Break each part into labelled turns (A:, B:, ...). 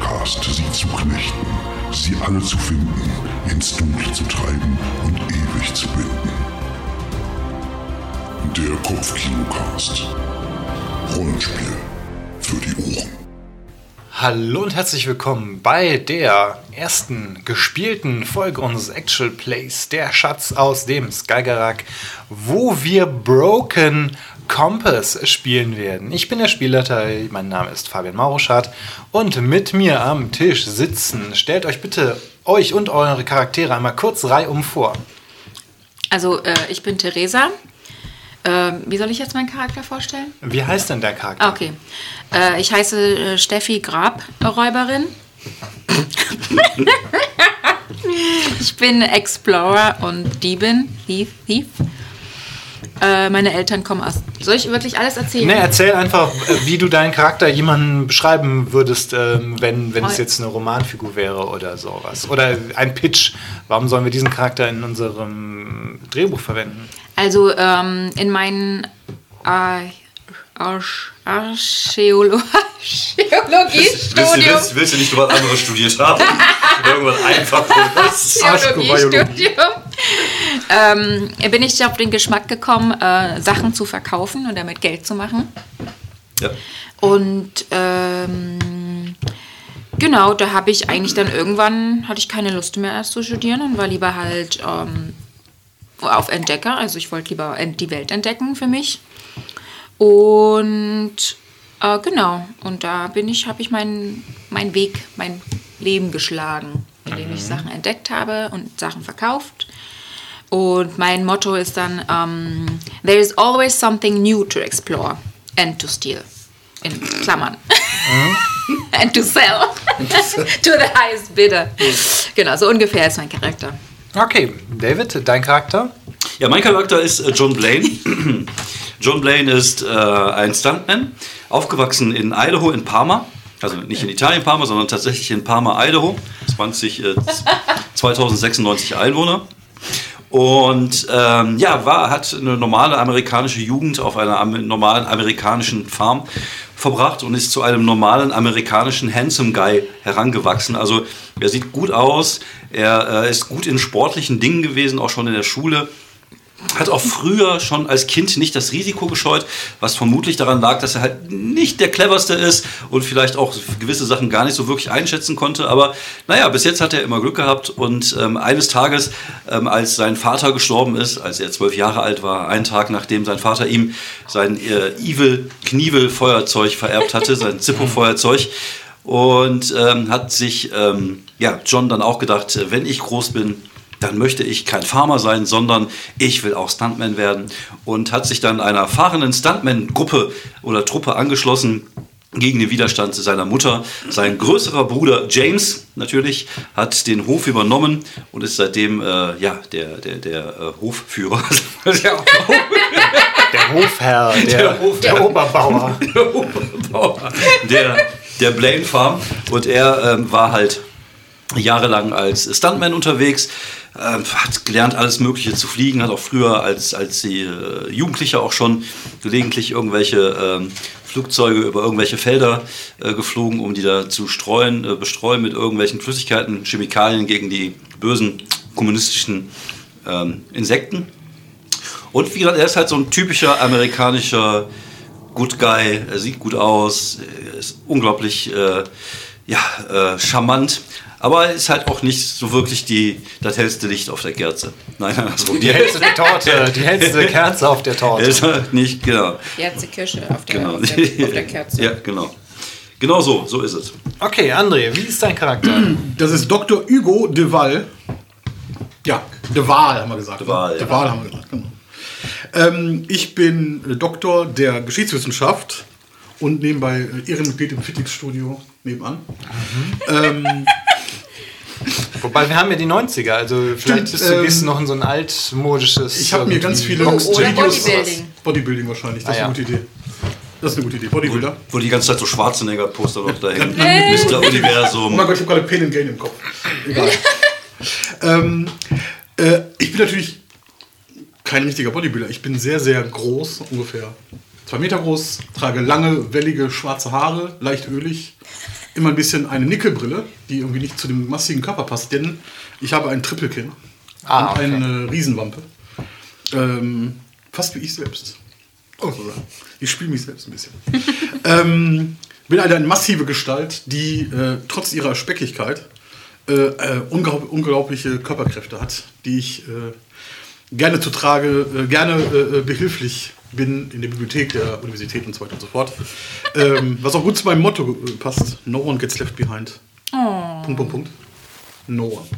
A: fasste sie zu knechten, sie alle zu finden, ins Dunkle zu treiben und ewig zu binden. Der Kopfkinocast. Rollenspiel für die Ohren.
B: Hallo und herzlich willkommen bei der ersten gespielten Folge unseres Actual Plays, der Schatz aus dem Skagerrak, wo wir Broken Compass spielen werden. Ich bin der Spielerteil, mein Name ist Fabian Mauruschardt und mit mir am Tisch sitzen. Stellt euch bitte euch und eure Charaktere einmal kurz reihum vor.
C: Also, äh, ich bin Theresa. Ähm, wie soll ich jetzt meinen Charakter vorstellen?
B: Wie heißt denn der
C: Ah,
B: Charakter?
C: okay. Äh, ich heiße äh, Steffi Grab, Räuberin. ich bin Explorer und Diebin, Thief, Thief. Äh, meine Eltern kommen aus. Soll ich wirklich alles erzählen?
B: Ne, erzähl einfach, äh, wie du deinen Charakter jemanden beschreiben würdest, ähm, wenn, wenn es jetzt eine Romanfigur wäre oder sowas. Oder ein Pitch. Warum sollen wir diesen Charakter in unserem Drehbuch verwenden?
C: Also ähm, in meinen Ar Arsch Archäolo
D: Willst du,
C: Archäologiestudium.
D: willst, willst du nicht was anderes studiert haben? Irgendwas einfaches.
C: Theologiestudium. Ähm, bin ich auf den Geschmack gekommen, äh, Sachen zu verkaufen und damit Geld zu machen.
D: Ja.
C: Und ähm, genau, da habe ich eigentlich dann irgendwann, hatte ich keine Lust mehr erst zu studieren und war lieber halt ähm, auf Entdecker. Also ich wollte lieber ent- die Welt entdecken für mich. Und äh, genau, und da bin ich, habe ich meinen meinen Weg, mein Leben geschlagen, indem
D: Mhm.
C: ich Sachen entdeckt habe und Sachen verkauft. Und mein Motto ist dann, ähm, there is always something new to explore and to steal. In Klammern.
D: Mhm.
C: and to sell. to the highest bidder.
D: Mhm.
C: Genau, so ungefähr ist mein Charakter.
B: Okay, David, dein Charakter?
D: ja, mein Charakter ist äh, John Blaine. John Blaine ist äh, ein Stuntman, aufgewachsen in Idaho, in Parma. Also nicht in Italien, Parma, sondern tatsächlich in Parma, Idaho. 20, äh, 2096 Einwohner. Und ähm, ja, war, hat eine normale amerikanische Jugend auf einer am, normalen amerikanischen Farm verbracht und ist zu einem normalen amerikanischen Handsome Guy herangewachsen. Also er sieht gut aus, er äh, ist gut in sportlichen Dingen gewesen, auch schon in der Schule. Hat auch früher schon als Kind nicht das Risiko gescheut, was vermutlich daran lag, dass er halt nicht der cleverste ist und vielleicht auch gewisse Sachen gar nicht so wirklich einschätzen konnte. Aber naja, bis jetzt hat er immer Glück gehabt und ähm, eines Tages, ähm, als sein Vater gestorben ist, als er zwölf Jahre alt war, einen Tag nachdem sein Vater ihm sein äh, Evil Knievel Feuerzeug vererbt hatte, sein Zippo Feuerzeug, und ähm, hat sich ähm, ja, John dann auch gedacht, äh, wenn ich groß bin, dann möchte ich kein Farmer sein, sondern ich will auch Stuntman werden. Und hat sich dann einer fahrenden Stuntman-Gruppe oder Truppe angeschlossen gegen den Widerstand seiner Mutter. Sein größerer Bruder James natürlich hat den Hof übernommen und ist seitdem äh, ja, der, der, der äh, Hofführer. ja,
B: Der Hofherr, der, der,
D: Der Hofherr.
B: Oberbauer.
D: der, der Blaine Farm. Und er ähm, war halt jahrelang als Stuntman unterwegs, ähm, hat gelernt, alles Mögliche zu fliegen, hat auch früher als, als die äh, Jugendliche auch schon gelegentlich irgendwelche ähm, Flugzeuge über irgendwelche Felder äh, geflogen, um die da zu streuen, äh, bestreuen mit irgendwelchen Flüssigkeiten, Chemikalien gegen die bösen kommunistischen ähm, Insekten. Und wie gesagt, er ist halt so ein typischer amerikanischer Good Guy. Er sieht gut aus, er ist unglaublich äh, ja, äh, charmant. Aber er ist halt auch nicht so wirklich die, das hellste Licht auf der Kerze. Nein, andersrum. Die
B: Die
D: hellste,
B: hellste Torte, die hellste Kerze auf der
D: er
B: Torte.
D: ist halt nicht, genau.
C: Die ganze Kirsche auf der,
D: genau.
C: auf der, auf der Kerze.
D: Ja, genau. Genau so, so ist es.
B: Okay, André, wie ist dein Charakter?
E: Das ist Dr. Hugo de Waal. Ja, de Waal haben wir gesagt.
D: De Waal,
E: ne?
D: ja.
E: de Waal haben wir gesagt, genau. Ähm, ich bin Doktor der Geschichtswissenschaft und nebenbei äh, Ehrenmitglied im Fitnessstudio nebenan. Ähm,
B: Wobei wir haben ja die 90er, also vielleicht
E: Stimmt,
B: bist du
E: ähm,
B: gehst noch in so ein altmodisches.
E: ich habe mir ganz viele
C: Oder
E: Videos-
C: Bodybuilding.
E: Bodybuilding wahrscheinlich, das
B: Oh, Ah, ja.
E: ist eine gute Idee. Das ist eine gute Idee. Bodybuilder.
D: Wo die ganze Zeit so Schwarzenegger-Poster noch da hängen. Mr.
E: Oh mein
D: Universum.
E: Gott, ich habe gerade Pain and Gain im Kopf. Egal. ähm, äh, ich bin natürlich kein richtiger Bodybuilder. Ich bin sehr, sehr groß, ungefähr zwei Meter groß, trage lange, wellige, schwarze Haare, leicht ölig, immer ein bisschen eine Nickelbrille, die irgendwie nicht zu dem massigen Körper passt, denn ich habe ein Trippelkinn
B: Ah, okay.
E: und eine Riesenwampe. Ähm, fast wie ich selbst.
B: Oh.
E: Also, ich spiele mich selbst ein bisschen. ähm, bin halt eine massive Gestalt, die äh, trotz ihrer Speckigkeit äh, äh, unglaub unglaubliche Körperkräfte hat, die ich äh, gerne zu trage, äh, gerne äh, äh, behilflich bin in der Bibliothek der Universität und so weiter und so fort. Ähm, was auch gut zu meinem Motto äh, passt: No one gets left behind.
B: Oh.
E: Punkt, Punkt, Punkt. No one.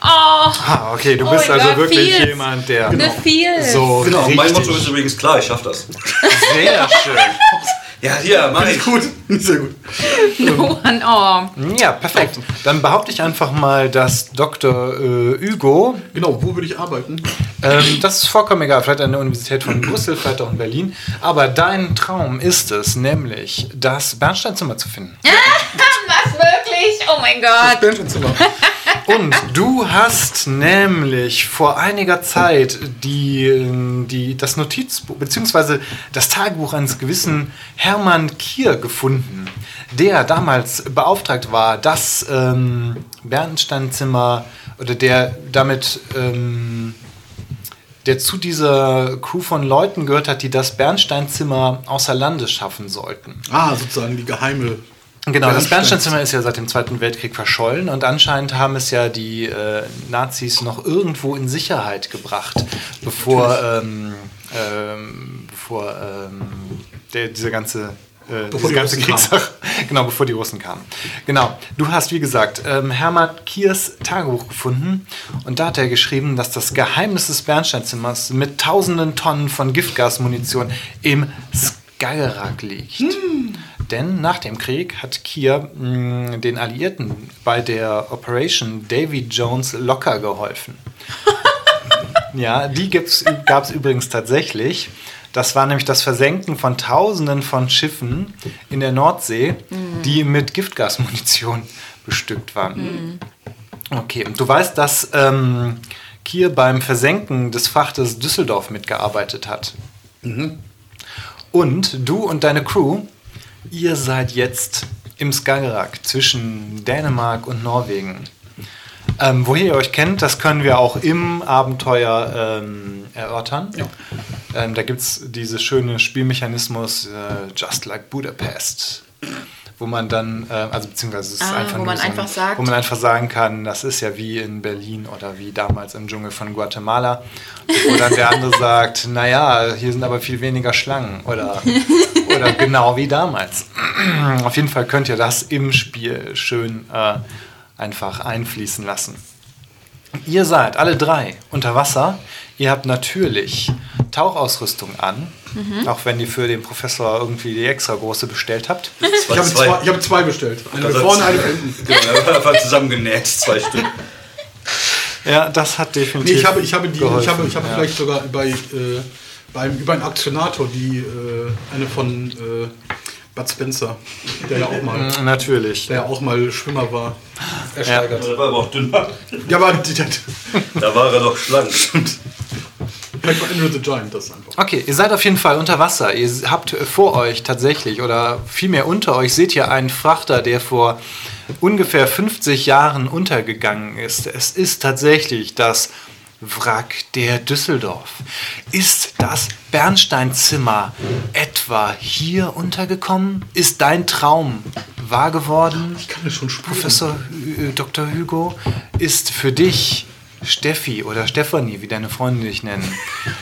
C: Oh,
B: Ah, okay, du
C: Oh Genau.
B: bist
C: mein
B: also
C: Gott,
B: wirklich
C: Fields.
B: jemand, der
C: eine viel.
B: so
D: Genau, mein
B: richtig-
D: Motto ist übrigens klar, ich schaff das.
B: sehr schön.
D: Ja, hier, mach ich.
E: Gut, sehr gut.
C: No one, oh.
B: Ja, perfekt. Dann behaupte ich einfach mal, dass Dr. Äh, Hugo
E: Genau, wo würde ich arbeiten?
B: Ähm, das ist vollkommen egal. Vielleicht an der Universität von Brüssel, vielleicht auch in Berlin. Aber dein Traum ist es, nämlich das Bernsteinzimmer zu finden.
C: Was wirklich? Oh mein
B: Ah.
C: Gott.
E: Bernsteinzimmer.
B: Und du hast nämlich vor einiger Zeit die, die, das Notizbuch bzw. das Tagebuch eines gewissen Hermann Kier gefunden, der damals beauftragt war, das ähm, Bernsteinzimmer oder der damit ähm, der zu dieser Crew von Leuten gehört hat, die das Bernsteinzimmer außer Landes schaffen sollten.
E: Ah, sozusagen die geheime.
B: Genau, das
E: Bernstein-
B: Bernsteinzimmer ist ja seit dem Zweiten Weltkrieg verschollen und anscheinend haben es ja die äh, Nazis noch irgendwo in Sicherheit gebracht, bevor, ähm, ähm, bevor ähm, der, diese ganze, äh, diese
E: Bevor die
B: ganze
E: Russen kamen.
B: Kriegssache, genau, bevor die Russen kamen. Genau, du hast, wie gesagt, ähm, Hermann Kiers Tagebuch gefunden und da hat er geschrieben, dass das Geheimnis des Bernsteinzimmers mit tausenden Tonnen von Giftgasmunition im Skagerrak liegt. Denn nach dem Krieg hat Kier mh, den Alliierten bei der Operation Davy Jones locker geholfen. ja, die gab es übrigens tatsächlich. Das war nämlich das Versenken von Tausenden von Schiffen in der Nordsee, die mit Giftgasmunition bestückt waren. Okay, und du weißt, dass ähm, Kier beim Versenken des Frachtes Düsseldorf mitgearbeitet hat. Und du und deine Crew, ihr seid jetzt im Skagerrak zwischen Dänemark und Norwegen. Ähm, woher ihr euch kennt, das können wir auch im Abenteuer ähm, erörtern. Ähm, da gibt es dieses schöne Spielmechanismus äh, Just Like Budapest, wo man dann, äh, also beziehungsweise es ist
C: Ah,
B: einfach
C: wo
B: nur
C: man
B: so ein,
C: einfach sagt.
B: wo man einfach sagen kann, das ist ja wie in Berlin oder wie damals im Dschungel von Guatemala, wo dann der andere sagt, naja, hier sind aber viel weniger Schlangen oder, oder genau wie damals. Auf jeden Fall könnt ihr das im Spiel schön äh, einfach einfließen lassen. Ihr seid alle drei unter Wasser. Ihr habt natürlich Tauchausrüstung an,
E: Mhm.
B: auch wenn ihr für den Professor irgendwie die extra große bestellt habt.
E: Ich habe zwei, ich habe zwei bestellt. Eine
D: Also
E: vorne,
D: zwei.
E: eine hinten.
D: Genau, einfach zusammengenäht, zwei Stück.
B: Ja, das hat
E: Nee,
B: definitiv.
E: ich habe, ich habe die, ich habe, ich habe
B: ja.
E: vielleicht sogar bei, äh, beim, über einen Aktionator die, äh, eine von äh, Bud Spencer, der ja auch mal,
B: Natürlich.
E: der ja auch mal Schwimmer war,
B: Ja.
E: ersteigert.
D: Da Also war aber auch dünner.
E: Ja, aber die, die,
D: Da war er doch schlank.
E: vielleicht war Andrew the Giant das einfach.
B: Okay, ihr seid auf jeden Fall unter Wasser. Ihr habt vor euch tatsächlich oder vielmehr unter euch seht ihr einen Frachter, der vor ungefähr 50 Jahren untergegangen ist. Es ist tatsächlich das Wrack der Düsseldorf. Ist das Bernsteinzimmer etwa hier untergekommen? Ist dein Traum wahr geworden?
E: Ich kann das schon spüren.
B: Professor äh, Dr. Hugo ist für dich, Steffi oder Stefanie, wie deine Freunde dich nennen,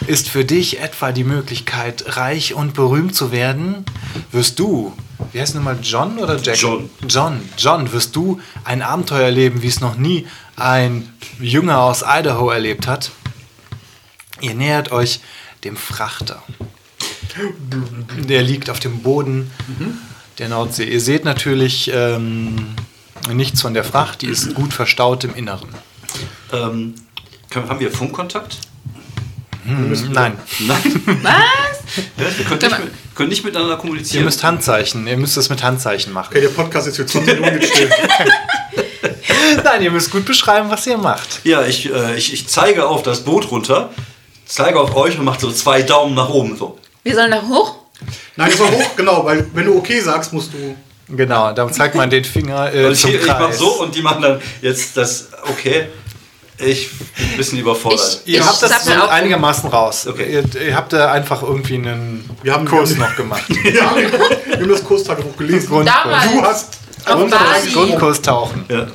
B: ist für dich etwa die Möglichkeit, reich und berühmt zu werden? Wirst du, wie heißt nun mal John oder Jack?
D: John.
B: John, John, wirst du ein Abenteuer erleben, wie es noch nie ein Jünger aus Idaho erlebt hat? Ihr nähert euch dem Frachter. Der liegt auf dem Boden der Nordsee. Ihr seht natürlich ähm, nichts von der Fracht, die ist gut verstaut im Inneren.
D: Ähm, können, haben wir Funkkontakt?
B: Hm, Nein,
D: Wir können nicht, mit, können nicht miteinander
B: ihr
D: kommunizieren.
B: müsst Handzeichen, ihr müsst das mit Handzeichen machen.
E: Okay, der Podcast ist für 20 Minuten gestellt.
B: Nein, ihr müsst gut beschreiben, was ihr macht.
D: ja, ich, äh, ich, ich zeige auf das Boot runter, zeige auf euch und mache so zwei Daumen nach oben. So.
C: Wir sollen da hoch?
E: Nein, das war hoch, genau, weil wenn du okay sagst, musst du
B: Genau, da zeigt man den Finger äh,
D: Und
B: zum
D: hier, Also ich
B: Kreis.
D: mache so und die machen dann jetzt das, okay, ich bin ein bisschen überfordert.
C: Ich-
B: Ihr habt das
C: sappel
B: so
C: auf.
B: einigermaßen raus.
D: Okay.
B: Ihr, ihr habt da einfach irgendwie einen
E: Wir haben-
B: Kurs
E: wir haben-
B: noch gemacht.
E: Ja, wir haben das Kurstagebuch gelesen.
B: Grund-
C: Damals.
E: Du hast.
C: Auf
B: Grund-
C: Bali.
B: Grundkurs tauchen.
D: ja.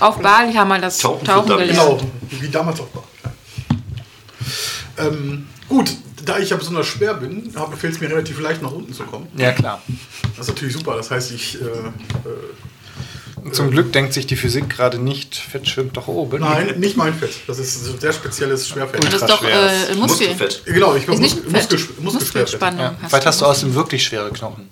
C: Auf Bali haben wir das
D: Tauchen
C: Tauchen,
D: für Dummies.
C: gelernt.
E: Genau, wie damals auch war. Ähm, gut, da ich ja besonders schwer bin, fällt es mir relativ leicht, nach unten zu kommen.
B: Ja, klar.
E: Das ist natürlich super. Das heißt, ich. Äh, äh,
B: Zum Glück denkt sich die Physik gerade nicht, Fett schwimmt doch oben.
E: nein, nicht mein Fett. Das ist ein sehr spezielles Schwerfett.
C: Und das ist
B: Ultra
C: doch
B: schwer.
C: äh, Muskel.
D: Muskelfett.
E: Genau, ich
C: Ist nicht
E: Muskel-
C: Fett.
E: Muskel- Muskelschwerfett.
C: Muskelspannung.
B: Ja.
C: hast
B: Vielleicht hast du
C: du.
B: außerdem wirklich schwere Knochen.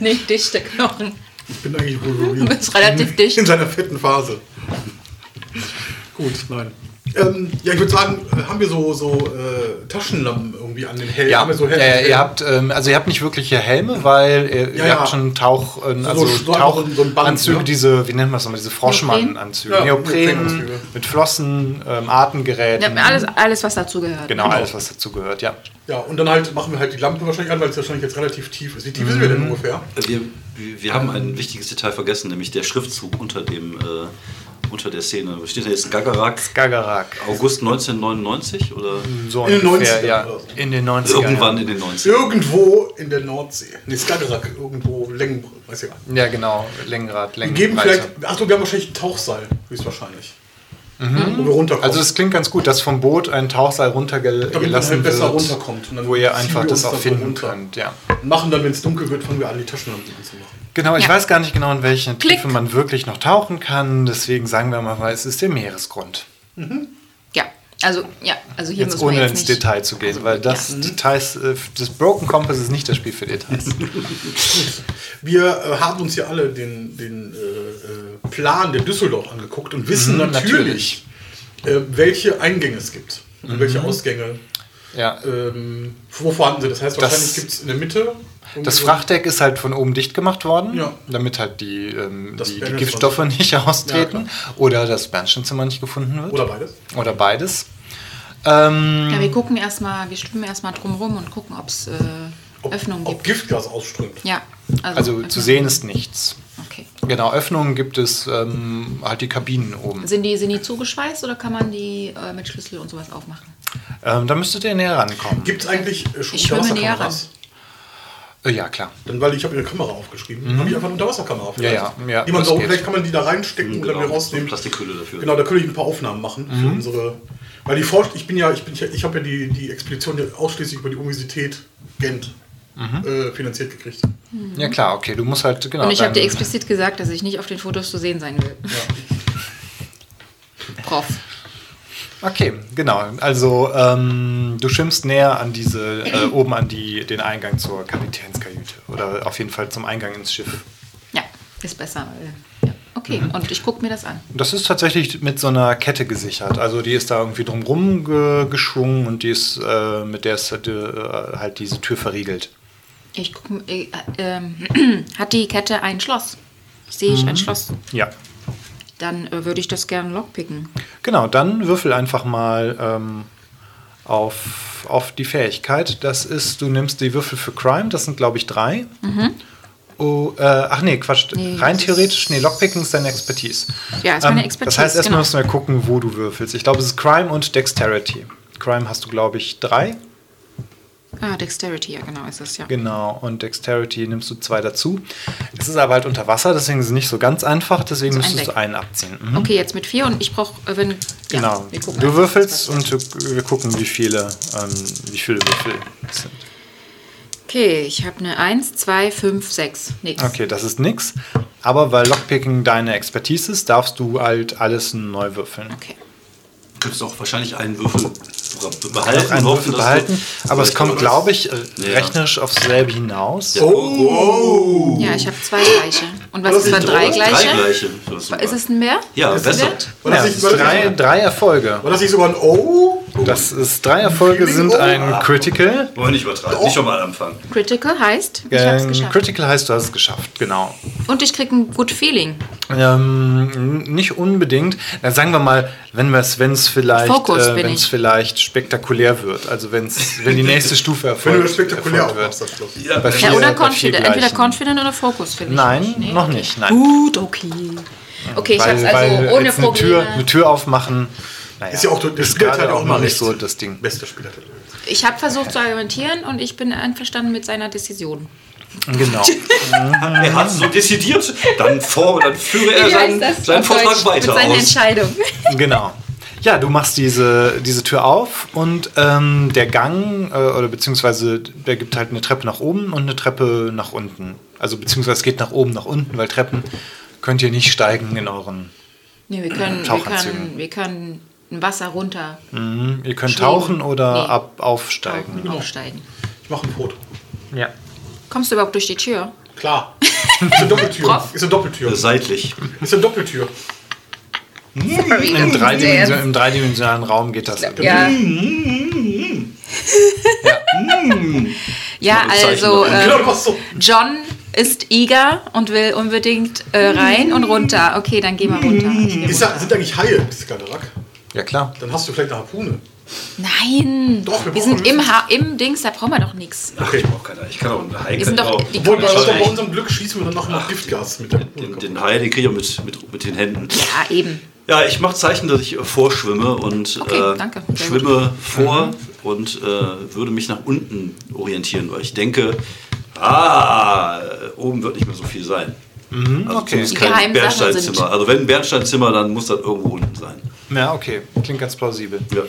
C: Nicht dichte Knochen.
E: Ich bin eigentlich Wolverine.
C: Du bist relativ
E: in,
C: dicht.
E: In seiner fetten Phase. Gut, nein. Ähm, ja, ich würde sagen, äh, haben wir so, so äh, Taschenlampen irgendwie an den Helmen?
B: Ja,
E: haben wir so
B: ja,
E: Helme-
B: ja ihr habt ähm, also ihr habt nicht wirkliche Helme, weil ihr,
E: Ja,
B: ihr
E: ja.
B: habt schon Tauch, ähm,
E: So-
B: also
E: so- so ein- so ein Band,
B: Tauchanzüge,
E: ne?
B: diese wie nennt man es nochmal, diese Froschmann-Anzüge,
E: Neopren. Ja,
B: Neopren,
E: Neoprenanzüge.
B: mit Flossen, ähm, Artengeräten,
C: Ja, alles, alles, was dazugehört.
B: genau alles was dazugehört, ja.
E: ja, und dann halt machen wir halt die Lampe wahrscheinlich an, weil es wahrscheinlich jetzt relativ tief ist. Wie tief sind
B: Mhm.
E: wir denn ungefähr?
D: Wir, wir haben ein wichtiges Detail vergessen, nämlich der Schriftzug unter, dem, äh, unter der Szene. Steht da jetzt Gagarak
B: Gagarak.
D: August 1999 oder
B: Hm, So
E: In den
B: ungefähr,
E: 90ern
B: ja.
E: oder so.
B: In den 90ern.
D: irgendwann in den 90ern?
E: Irgendwo in der Nordsee. Nee, Skagerrak, irgendwo Längenbrück, weiß ich gar nicht.
B: ja. ja, genau. Längenrad,
E: Wir
B: Längenbreite.
E: geben vielleicht, achso, wir haben wahrscheinlich ein Tauchseil, höchstwahrscheinlich. Wo wir runterkommen.
B: also es klingt ganz gut, dass vom Boot ein Tauchseil
E: Damit man
B: runtergelassen
E: halt besser
B: wird,
E: runterkommt und dann
B: wo ihr
E: ziehen
B: einfach
E: wir
B: das
E: uns
B: auch
E: da so
B: finden
E: runter.
B: könnt. Ja.
E: machen dann, wenn es dunkel wird, fangen wir an, die Taschenlampen anzumachen.
B: Genau, ich
C: Ja.
B: weiß gar nicht genau, in welchen
C: Klick.
B: Tiefe man wirklich noch tauchen kann. Deswegen sagen wir mal, es ist der Meeresgrund.
C: Ja, also, ja, also hier
B: jetzt
C: müssen wir
B: ohne
C: jetzt
B: ins
C: nicht. also Mhm.
B: Detail zu gehen, weil das Details, äh, das Broken Compass ist nicht das Spiel für Details.
E: Wir äh, haben uns ja alle den, den äh, äh, Plan der Düsseldorf angeguckt und wissen
B: Mhm,
E: natürlich, Äh, welche Eingänge es gibt und welche
B: Mhm.
E: Ausgänge
B: ja. äh,
E: ähm, wo vorhanden sind. Das heißt,
B: Das-
E: wahrscheinlich gibt es in der Mitte. irgendwie
B: Das
E: so-
B: Frachtdeck ist halt von oben dicht gemacht worden,
E: Ja.
B: damit halt die, ähm,
E: Das
B: die, die
E: Bernsteinzimmer.
B: Giftstoffe nicht austreten oder das Bernsteinzimmer nicht gefunden wird.
E: Oder beides.
B: Oder beides. Ähm,
C: Ja, wir gucken erstmal, wir schwimmen erstmal drumrum und gucken, ob's, äh,
E: Ob,
C: Öffnungen
E: ob
C: gibt.
E: Giftgas ausströmt.
C: Ja,
B: also zu
C: Öffnungen.
B: sehen ist nichts.
C: Okay.
B: Genau, Öffnungen gibt es ähm, halt die Kabinen oben.
C: Sind die, sind die zugeschweißt oder kann man die äh, mit Schlüssel und sowas aufmachen? Also
B: Ähm, da müsstet ihr näher rankommen.
E: Gibt es eigentlich äh, schon
C: Ich schwimme näher
E: Unterwasserkameras?
C: ran.
B: Äh, ja, klar.
E: Dann, weil ich habe eine Kamera aufgeschrieben. Habe ich einfach eine Unterwasserkamera vielleicht.
B: Mhm. Ja, ja, ja,
E: Die man
B: das
E: so,
B: geht.
E: vielleicht kann man die da reinstecken und dann
D: Genau,
E: wieder rausnehmen.
D: so eine Plastikhülle dafür.
E: Genau, da könnte ich ein paar Aufnahmen machen
B: Mhm.
E: für unsere. Weil die Forscht, ich bin ja, ich bin ja, ich habe ja die, die Expedition ja ausschließlich über die Universität Gent äh, finanziert gekriegt.
B: Mhm. Ja, klar, okay. Du musst halt, genau.
C: und ich habe dir
B: dein-
C: explizit gesagt, dass ich nicht auf den Fotos zu sehen sein will. Prof.
B: Okay, genau. Also ähm, du schwimmst näher an diese, äh, oben an die, den Eingang zur Kapitänskajüte. Oder auf jeden Fall zum Eingang ins Schiff.
C: Ja, ist besser. weil- Ja. Okay,
B: Mhm.
C: und ich gucke mir das an.
B: Und Das ist tatsächlich mit so einer Kette gesichert. Also die ist da irgendwie drumrum ge geschwungen und die ist, äh, mit der ist halt, äh, halt diese Tür verriegelt.
C: Ich guck, äh, ähm, hat die Kette ein Schloss? Sehe ich
B: Mhm.
C: ein Schloss?
B: Ja.
C: Dann äh, würde ich das gerne lockpicken.
B: Genau, dann würfel einfach mal ähm, auf, auf die Fähigkeit. Das ist, du nimmst die Würfel für Crime, das sind glaube ich drei. Oh, äh, ach nee, Quatsch.
C: Mhm. Nee,
B: Rein
C: das
B: theoretisch, nee, Lockpicking ist deine Expertise. Ähm,
C: Ja, ist meine Expertise,
B: Das heißt, erstmal
C: genau.
B: müssen wir gucken, wo du würfelst. Ich glaube, es ist Crime und Dexterity. Crime hast du, glaube ich, drei.
C: Ah, Dexterity, ja, genau ist das, ja.
B: Genau, und Dexterity nimmst du zwei dazu. Es ist aber halt unter Wasser, deswegen ist es nicht so ganz einfach, deswegen
C: So ein
B: müsstest du
C: Deck.
B: einen abziehen. Mhm.
C: Okay, jetzt mit vier und ich brauche, äh, wenn. Ja,
B: Genau.
C: wir gucken
B: du
C: einfach,
B: würfelst
C: was
B: und
C: passiert.
B: du- wir gucken, wie viele, ähm, wie viele Würfel es sind.
C: Okay, ich ne habe eine 1, 2, 5, 6. Nix.
B: Okay, das ist nix. Aber weil Lockpicking deine Expertise ist, darfst du halt alles neu würfeln.
C: Okay.
D: Du könntest auch wahrscheinlich einen Würfel be-
B: Noch
D: behalten.
B: einen Würfel
D: hoffen, dass du-
B: behalten, aber es kommt, glaube ich, äh,
D: Ja.
B: rechnerisch aufs selbe hinaus.
D: Oh,
C: Ja, ich habe zwei gleiche. Und was ist bei drei
D: Drei
C: gleiche?
D: gleiche. Das ist super.
C: Ist es ein Mehr?
D: Ja,
C: Ist es
D: besser.
C: wert?
E: War
B: Ja, das
E: das, nicht,
B: ist
E: war, das
B: drei,
E: nicht,
B: drei Erfolge.
E: war das nicht sogar ein O?
B: Das ist drei Erfolge sind ein Critical.
D: Wollen wir nicht übertreiben. Nicht schon mal anfangen.
C: Critical heißt, ich hab's
B: Ähm,
C: geschafft.
B: Critical heißt, du hast es geschafft, genau.
C: Und ich krieg ein Good Feeling.
B: Ähm, n- nicht unbedingt. Na, sagen wir mal, wenn es vielleicht,
C: Fokus
B: äh,
C: bin
B: wenn's
C: ich.
B: vielleicht spektakulär wird. Also wenn's, wenn die nächste Stufe
E: Wenn du das
B: erfolgt,
E: spektakulär
B: erfolgt
E: aufmachst,
B: wird.
E: das Schluss.
D: Ja,
B: Bei
C: Ja,
B: vier-
C: oder
B: bei vier
C: Confident. Entweder
B: gleichen.
C: Confident oder Focus finde ich.
B: Nein,
C: Nee,
B: noch
C: okay.
B: nicht. Nein.
C: Gut, okay. Okay, Uh, ich hab's also ohne
B: jetzt eine Tür,
C: Probleme.
B: eine Tür aufmachen. naja,
E: Ist ja auch- das
B: ist
E: gilt
B: gerade
E: halt auch
B: auch
E: mal
B: noch nicht
E: recht.
B: so das Ding.
E: Bester Spieler. der Welt.
C: Ich habe versucht zu argumentieren und ich bin einverstanden mit seiner Decision.
B: Genau.
D: er hat so dezidiert. Dann, vor, dann führe er seinen, seinen Vortrag weiter
C: Mit seiner
D: aus.
C: Entscheidung.
B: genau. Ja, du machst diese, diese Tür auf und ähm, der Gang, äh, oder beziehungsweise der gibt halt eine Treppe nach oben und eine Treppe nach unten. Also beziehungsweise es geht nach oben, nach unten, weil Treppen könnt ihr nicht steigen in euren.
C: Nee, wir können, wir
B: Tauchanzügen.
C: können, wir können ein Wasser runter
B: Mhm. Ihr könnt
C: Schweben.
B: tauchen oder
C: Nee.
B: ab, aufsteigen.
C: tauchen, aufsteigen.
E: Ich mache ein Brot.
B: Ja.
C: Kommst du überhaupt durch die Tür?
E: Klar. Ist eine Doppeltür.
C: Prof.
E: Ist eine Doppeltür.
D: Seitlich.
E: Ist eine Doppeltür.
B: Im, dreidimension im dreidimensionalen Raum geht das.
C: Ja, ja
D: Mal ein Zeichen
C: also
D: machen.
C: ähm,
E: Genau, du machst so.
C: John ist eager und will unbedingt äh, rein und runter. Okay, dann gehen wir runter. Ich geh
E: Mhm. Ist da,
C: runter.
E: sind eigentlich Haie im Skaderrak?
B: Ja, klar.
E: Dann hast du vielleicht eine Harpune.
C: Nein,
E: Doch, wir
C: wir
E: brauchen
C: sind im, ha im Dings, da brauchen wir doch nichts.
D: Ach, ich brauche keiner. Ich kann auch einen Hai.
C: Wir sind
D: kann
C: doch-
D: ich auch-
C: die
E: Obwohl, bei,
D: Schau,
E: bei
D: ich-
E: unserem Glück schießen wir dann nachher noch Giftgas mit der
D: Den,
E: Harpune.
D: den Hai, den kriege ich auch mit, mit, mit den Händen.
C: Ja, eben.
D: Ja, ich mache Zeichen, dass ich äh, vorschwimme und
C: Okay,
D: äh,
C: danke. Sehr Mhm.
D: schwimme vor und äh, würde mich nach unten orientieren, weil ich denke, ah, oben wird nicht mehr so viel sein. Also
B: okay.
D: zumindest
C: Die
D: kein
C: geheimen Sachen
D: Bernsteinzimmer.
C: sind-
D: Also wenn ein Bernsteinzimmer, dann muss das irgendwo unten sein.
B: Ja, okay. Klingt ganz plausibel.
D: Ja.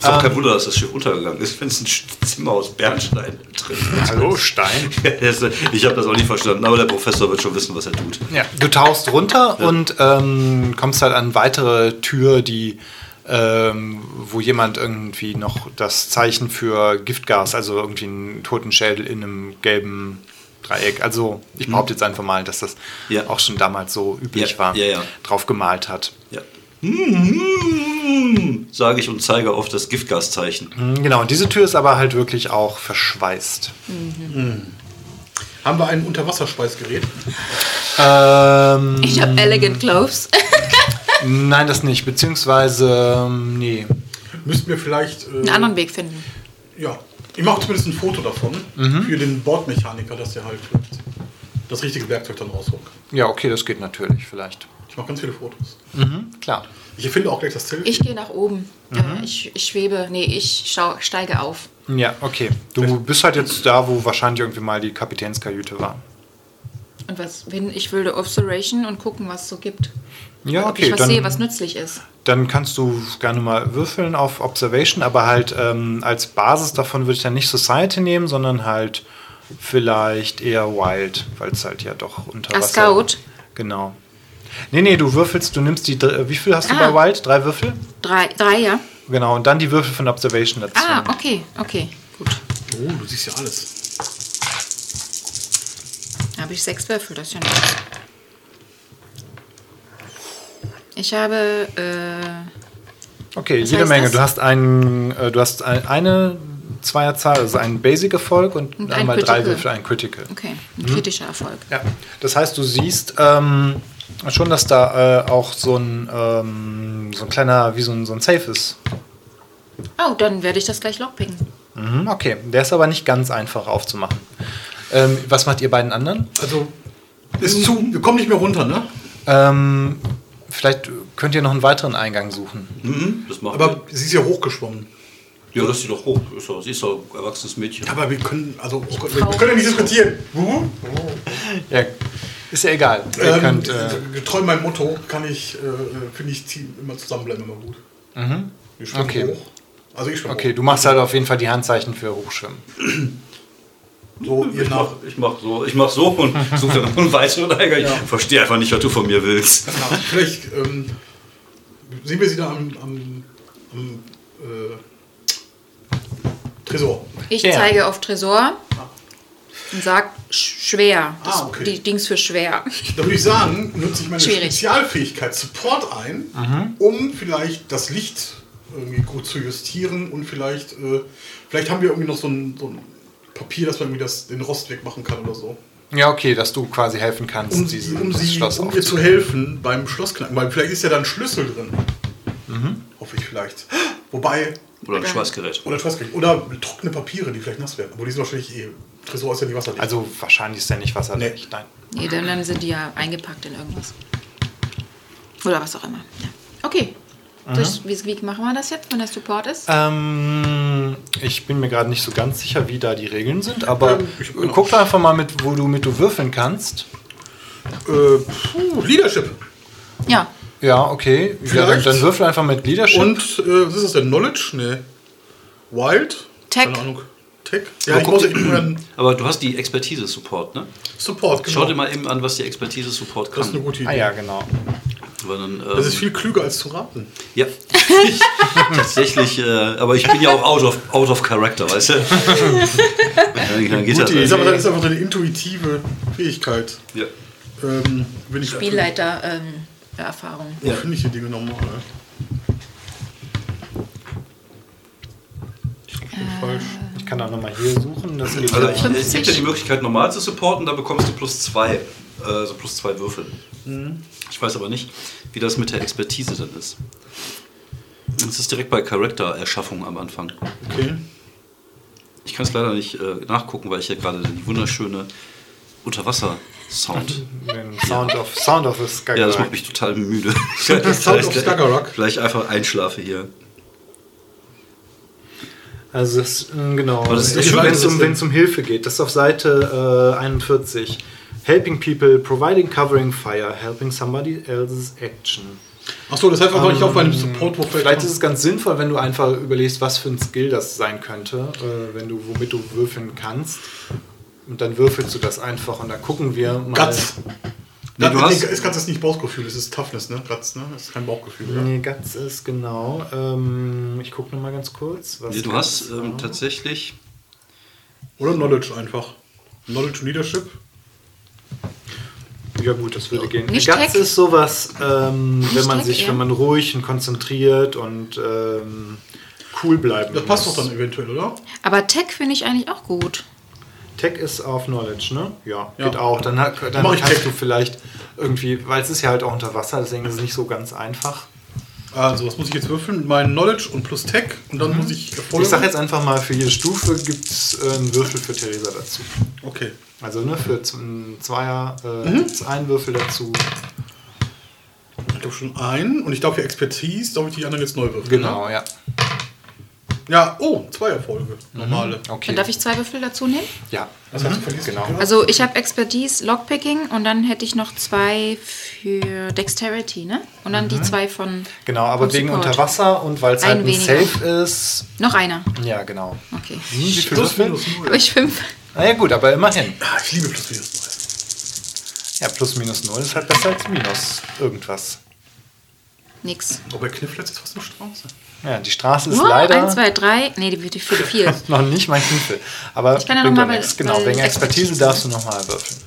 D: Ist auch kein Wunder, dass das Schiff untergegangen ist, wenn es ein Sch- Zimmer aus Bernstein drin ist.
B: Hallo, Stein.
D: Das- Ich habe das auch nicht verstanden, aber der Professor wird schon wissen, was er tut.
B: Ja, du tauchst runter und ähm, kommst halt an weitere Tür, die ähm, wo jemand irgendwie noch das Zeichen für Giftgas, also irgendwie einen Totenschädel in einem gelben Dreieck. Also ich behaupte jetzt einfach mal, dass das
D: Mhm. Ja.
B: auch schon damals so üblich
D: Ja,
B: war,
D: ja, ja.
B: drauf gemalt hat.
D: Ja. Mm, Sage ich und zeige auf das Giftgaszeichen.
E: Hm.
B: Mhm, Genau, und diese Tür ist aber halt wirklich auch verschweißt.
D: Mhm.
E: Haben wir ein Unterwasserschweißgerät?
B: Ähm,
C: Ich
E: Mhm.
C: habe Elegant Gloves.
B: nein, das nicht. Beziehungsweise, ähm, nee.
E: Müssten wir vielleicht. Äh,
C: Einen anderen Weg finden.
E: Ja. Ich mache zumindest ein Foto davon für den Bordmechaniker, dass der halt das richtige Werkzeug dann rausholt.
B: Ja, okay, das geht natürlich, vielleicht.
E: Ich mache ganz viele Fotos.
B: Mhm, klar.
E: Ich erfinde auch gleich das Zelt.
C: Ich gehe nach oben.
E: Mhm.
C: Äh, ich, ich schwebe. Nee, ich schau, steige auf.
B: Ja, okay. Du bist halt jetzt da, wo wahrscheinlich irgendwie mal die Kapitänskajüte war.
C: Und was bin ich würde Observation und gucken, was es so gibt.
B: Ja,
C: Ob ich
B: okay.
C: was sehe, was
B: Dann,
C: nützlich ist.
B: dann kannst du gerne mal würfeln auf Observation, aber halt ähm, als Basis davon würde ich dann nicht Society nehmen, sondern halt vielleicht eher Wild, weil es halt ja doch unter
C: Ah,
B: Wasser...
C: Scout.
B: Genau. Nee, nee, du würfelst, du nimmst die... dr- äh, Wie viel hast du
C: Ah.
B: bei Wild? Drei Würfel?
C: Drei, drei ja?
B: Genau, und dann die Würfel von Observation dazu.
C: Ah, okay, okay. Gut.
E: Oh, du siehst ja alles.
C: Da habe ich sechs Würfel, das ist ja nichts. Ich habe, äh,
B: Okay,
C: Was
B: jede
C: heißt
B: Menge.
C: das?
B: Du hast einen, äh, du hast ein, eine Zweierzahl, also einen Basic-Erfolg und,
C: Und ein
B: einmal drei
C: Critical.
B: Würfel, ein Critical.
C: okay, ein kritischer Erfolg.
B: Ja. Das heißt, du siehst ähm, schon, dass da äh, auch so ein, ähm, so ein kleiner, wie so ein, so ein Safe ist.
C: Oh, dann werde ich das gleich lockpicken.
B: Mhm, okay, der ist aber nicht ganz einfach aufzumachen. Ähm, was macht ihr beiden anderen?
E: Also, ist zu. Wir kommen nicht mehr runter, ne?
B: Ähm, vielleicht könnt ihr noch einen weiteren Eingang suchen.
D: Mhm, das machen
E: Aber sie ist ja hochgeschwommen.
D: wir. Ja, das sieht doch hoch. Ist doch, sie ist doch ein erwachsenes Mädchen.
E: Aber wir können, also, oh Gott, wir wir können ja nicht diskutieren. Wuhu.
B: Ja, ist ja egal. Ihr
E: Ähm,
B: könnt, äh,
E: getreu meinem Motto kann ich, äh, finde ich, Team immer zusammenbleiben immer gut. Wir schwimmen
B: Mhm. Okay.
E: hoch. Also ich schwimme
B: okay,
E: hoch.
B: du machst halt auf jeden Fall die Handzeichen für Hochschwimmen.
E: So, ihr
D: Ich
E: nach.
D: mach, ich mach so, ich mach so und suche dann noch einen weiteren Eingang. Ich verstehe einfach nicht, was du von mir willst.
E: Ja, vielleicht ähm, sehen wir sie da am, am, am äh, Tresor.
C: Ich
B: Ja.
C: zeige auf Tresor. und sagt sch- schwer. Das,
E: Ah, okay.
C: Die Dings für schwer.
E: Da würde ich sagen, nutze ich meine
C: Schwierig.
E: Spezialfähigkeit Support ein, um vielleicht das Licht irgendwie gut zu justieren und vielleicht, äh, vielleicht haben wir irgendwie noch so ein, so ein Papier, dass man irgendwie das, den Rost wegmachen kann oder so.
B: Ja, okay, dass du quasi helfen kannst,
E: Um, sie,
B: diesen
E: um,
B: das
E: sie,
B: Schloss
E: um ihr zu
B: aufzu-
E: helfen beim Schlossknacken, weil vielleicht ist ja da ein Schlüssel drin.
B: Mhm.
E: Hoffe ich vielleicht. Wobei,
D: Oder ein Schweißgerät.
E: oder, ich weiß gar nicht, oder trockene Papiere, die vielleicht nass werden. Aber die sind wahrscheinlich eh, Tresor ist ja nicht wasserdicht.
B: Also wahrscheinlich ist der nicht wasserdicht. Nein.
C: Nee, dann, dann sind die ja eingepackt in irgendwas. Oder was auch immer. Ja. Okay. Durch, wie, wie machen wir das jetzt, wenn das Support ist?
B: Ähm, ich bin mir gerade nicht so ganz sicher, wie da die Regeln sind, aber
E: Ähm, ich bin auch-
B: guck doch einfach mal mit, wo du mit du würfeln kannst.
E: äh, puh, Leadership.
C: ja.
B: Ja, okay. Ja, dann,
E: Vielleicht.
B: dann würfel einfach mit Leadership.
E: Und äh, was ist das denn? Knowledge? Nee. Wild?
C: Tech.
E: Keine Ahnung. Tech? Ja,
D: Aber
E: ich
D: guck
E: muss
D: dir-
E: eben einen
D: Aber du hast die Expertise Support, ne?
E: Support, genau.
D: Schau dir mal eben an, was die Expertise Support kann.
E: Das ist eine gute Idee.
B: ah ja, genau.
D: Weil dann, ähm,
E: Das ist viel klüger als zu raten.
D: Ja, ich, tatsächlich, äh, aber ich bin ja auch out of, out of character, weißt du? dann, dann geht
B: Gute
E: Ich
D: das.
E: sag mal, das ist einfach eine intuitive Fähigkeit.
D: Ja.
E: Ähm, wenn ich
C: ähm, Spielleiter-Erfahrung.
E: Wo finde ich die Dinge nochmal? Ich bin falsch.
B: Ich kann auch nochmal hier suchen. Das geht
D: Also
B: ja.
D: ich, ich gebe dir
C: 50.
D: die Möglichkeit, normal zu supporten, da bekommst du plus zwei, äh, also plus zwei Würfel. Ich weiß aber nicht, wie das mit der Expertise dann ist. Das ist direkt bei Charaktererschaffung am Anfang.
E: Okay.
D: Ich kann es leider nicht äh, nachgucken, weil ich hier gerade die wunderschöne Unterwasser-Sound.
B: Den Sound of, Sound of the Sky.
D: Ja, das macht mich total müde.
E: Sound of Skagerrak.
D: Vielleicht einfach einschlafe hier.
B: Also das, mh, genau.
D: Aber das ist
B: Wenn
D: schön,
B: es um,
D: dass-
B: wenn's um Hilfe geht. Das ist auf Seite äh, 41. Helping people, providing covering fire, helping somebody else's action. Mm.
E: Achso, das heißt aber
D: Ähm,
E: nicht auf meinem Support, wo
B: Vielleicht ist es ganz sinnvoll, wenn du einfach überlegst, was für ein Skill das sein könnte, äh, wenn du, womit du würfeln kannst. Und dann würfelst du das einfach und dann gucken wir mal.
E: Guts.
D: Nee, du hast-
E: ist ganz das nicht Bauchgefühl, es ist Toughness, ne? Guts, ne? Das ist kein Bauchgefühl. Ja.
B: Nee, Guts ist genau. Ähm, ich gucke nochmal ganz kurz. Was
D: Nee, du
B: Guts
D: hast ähm,
B: war.
D: tatsächlich.
E: Oder Knowledge einfach. Knowledge und Leadership.
B: Ja gut, das würde gehen.
C: Nicht
B: Guts
C: Tech.
B: ist sowas, ähm, wenn man
C: Tech,
B: sich,
C: eher.
B: wenn man ruhig und konzentriert und ähm, cool bleiben
E: Das passt
B: muss.
E: doch dann eventuell, oder?
C: Aber Tech finde ich eigentlich auch gut.
B: Tech ist auf Knowledge, ne? Ja,
E: Ja.
B: geht auch. Dann, ha- dann
E: Mach ich
B: kannst
E: Tech.
B: du vielleicht irgendwie, weil es ist ja halt auch unter Wasser, deswegen ist es nicht so ganz einfach.
E: Also, was muss ich jetzt würfeln? Mein Knowledge und plus Tech und dann muss ich Erfolge.
B: Mhm. Ich sag jetzt einfach mal, für jede Stufe gibt es äh, einen Würfel für Theresa dazu.
E: Okay.
B: Also ne, für z- einen Zweier äh,
E: Mhm.
B: gibt's einen Würfel dazu.
E: Ich habe schon einen und ich darf hier Expertise, darf ich die anderen jetzt neu würfeln.
B: Genau, ja.
E: Ne? Ja, oh, zwei Erfolge. Normale.
B: Mhm. Okay.
C: Dann darf ich zwei Würfel dazu nehmen?
B: ja.
E: Das heißt, du verlierst
B: Genau.
E: die-
C: Also ich habe Expertise, Lockpicking und dann hätte ich noch zwei für Dexterity, ne? Und dann die zwei von.
B: Mhm. Genau, aber
C: von
B: wegen
C: Support.
B: unter Wasser und weil es halt
C: Ein
B: ein
C: weniger.
B: Safe ist.
C: Noch einer.
B: Ja, genau.
C: Okay.
B: Hm, wie viel
E: Plus
B: Würfel?
E: minus null.
C: Habe ich fünf.
B: Na ja, gut, aber immerhin.
E: Ah, ich liebe plus minus
B: Ja, plus minus null ist halt besser als minus irgendwas.
C: Nix.
E: null. Aber Kniffel hat jetzt fast eine Straße.
B: Ja, die Straße ist
C: Wow,
B: leider
C: eins, zwei, drei. Nee, die die vier, vier.
B: noch nicht mein Knüppel. Aber
C: Ich kann ja
B: bringt
C: noch
B: doch
C: mal,
B: nichts.
C: weil-
B: Genau,
C: weil
B: wegen Expertise
C: Expertise-
B: darfst du nochmal würfeln.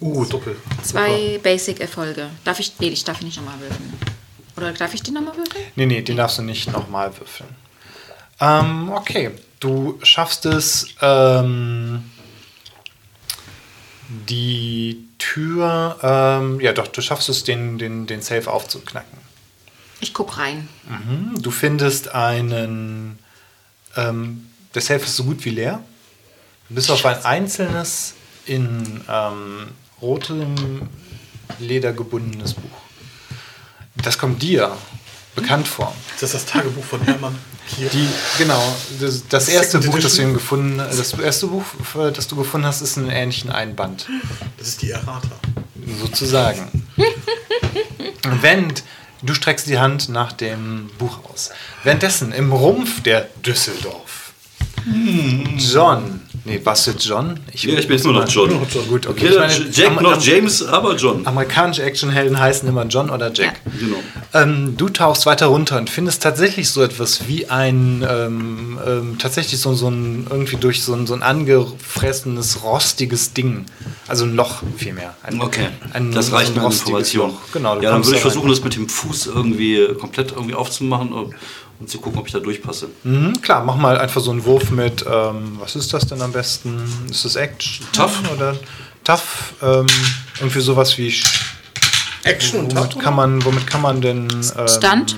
E: Uh, doppel.
C: Zwei Basic-Erfolge. Darf ich. Nee, ich darf nicht nochmal würfeln. Oder darf ich die nochmal würfeln?
B: Nee, nee, den darfst du nicht nochmal würfeln. Ähm, okay. Du schaffst es, ähm, die Tür, ähm, ja doch, du schaffst es, den, den, den Safe aufzuknacken.
C: Ich guck rein.
B: Mhm. Du findest einen, ähm, der Safe ist so gut wie leer. Bis auf ein einzelnes in ähm, rotem Leder gebundenes Buch. Das kommt dir bekannt vor.
E: Das ist das Tagebuch von Hermann. Hier.
B: Die, genau, das, das erste
E: Second
B: Buch, das du
E: Edition.
B: ihm gefunden, das erste Buch, äh, das du gefunden hast, ist in ähnlichen Einband,
E: Das ist die Errata.
B: sozusagen. Während du streckst die Hand nach dem Buch aus. Währenddessen im Rumpf der Düsseldorf. John Nee, warst du jetzt John?
D: Hm. Ja, ich bin jetzt nur noch John.
B: Nur noch John. Gut, okay.
D: Weder
B: Ich meine,
D: Jack
B: am-
D: noch
B: am-
D: James, aber John.
B: Amerikanische Actionhelden heißen immer John oder Jack.
D: Genau.
B: Ähm, du tauchst weiter runter und findest tatsächlich so etwas wie ein, ähm, ähm, tatsächlich so, so ein, irgendwie durch so ein, so ein angefressenes, rostiges Ding. Also ein Loch vielmehr. Ein,
D: Okay,
B: ein-
D: das reicht mir
B: ein
D: an
B: rostiges
D: Information.
B: Loch. Genau, du
D: ja, dann
B: kommst
D: würde ich
B: da rein.
D: versuchen, das mit dem Fuß irgendwie komplett irgendwie aufzumachen und, und zu gucken, ob ich da durchpasse.
B: Mhm, klar, mach mal einfach so einen Wurf mit, ähm, was ist das denn am besten? Ist das Action? Hm,
D: Tough?
B: Oder Tough, ähm, irgendwie sowas wie... Sch-
E: Action und
B: Womit kann man, womit kann man denn... Ähm,
C: Stunt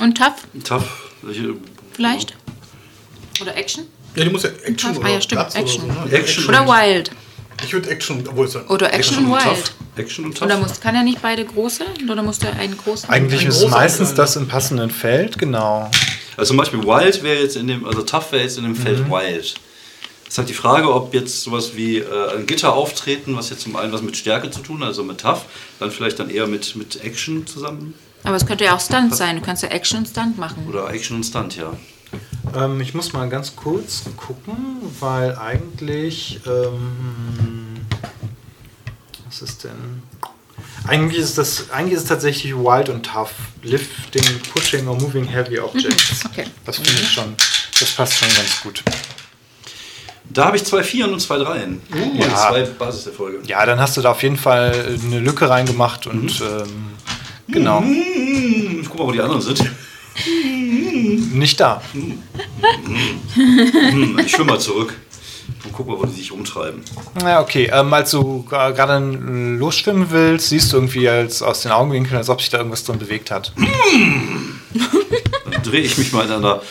C: und Tough
D: Tough. Ich, äh,
C: vielleicht? Oder Action?
E: Ja, du musst ja Action
C: Ah,
E: oder
C: ja, stimmt,
E: Platz oder
C: Action.
E: so, ne?
D: Action.
C: Oder Wild.
E: Ich würde Action, obwohl es dann
C: Oder Action, und Wild.
D: Tough. Action und Tough.
C: Oder muss, kann er nicht beide große? Oder muss der einen großen?
B: Eigentlich ist es
E: großer
B: meistens
E: Kleiner.
B: das im passenden Feld, genau.
D: also zum Beispiel Wild wäre jetzt in dem, also Tough wäre jetzt
B: Mhm.
D: in dem Feld Wild. Es ist halt die Frage, ob jetzt sowas wie äh, ein Gitter auftreten, was jetzt zum einen was mit Stärke zu tun, hat, also mit Tough, dann vielleicht dann eher mit, mit Action zusammen
C: Aber es könnte ja auch Stunt sein. Du kannst ja Action und Stunt machen.
D: oder Action und Stunt, ja.
B: Ähm, ich muss mal ganz kurz gucken, weil eigentlich. Ähm, was ist denn? Eigentlich ist, das, eigentlich ist es tatsächlich wild und tough. Lifting, pushing or moving heavy objects.
C: okay.
B: Das finde ich schon. Das passt schon ganz gut.
D: Da habe ich zwei Vieren und zwei Dreien. und
B: Uh. Ja.
D: zwei Basiserfolge.
B: Ja, dann hast du da auf jeden Fall eine Lücke reingemacht und ähm, genau.
D: Hm, Ich guck mal, wo die anderen sind.
B: Nicht da.
D: Hm, Ich schwimme mal zurück und guck mal, wo die sich rumtreiben.
B: Ja, okay. Ähm, als du gra- gerade äh, losschwimmen willst, siehst du irgendwie als, aus den Augenwinkeln, als ob sich da irgendwas drin bewegt hat.
D: Dann drehe ich mich mal in einer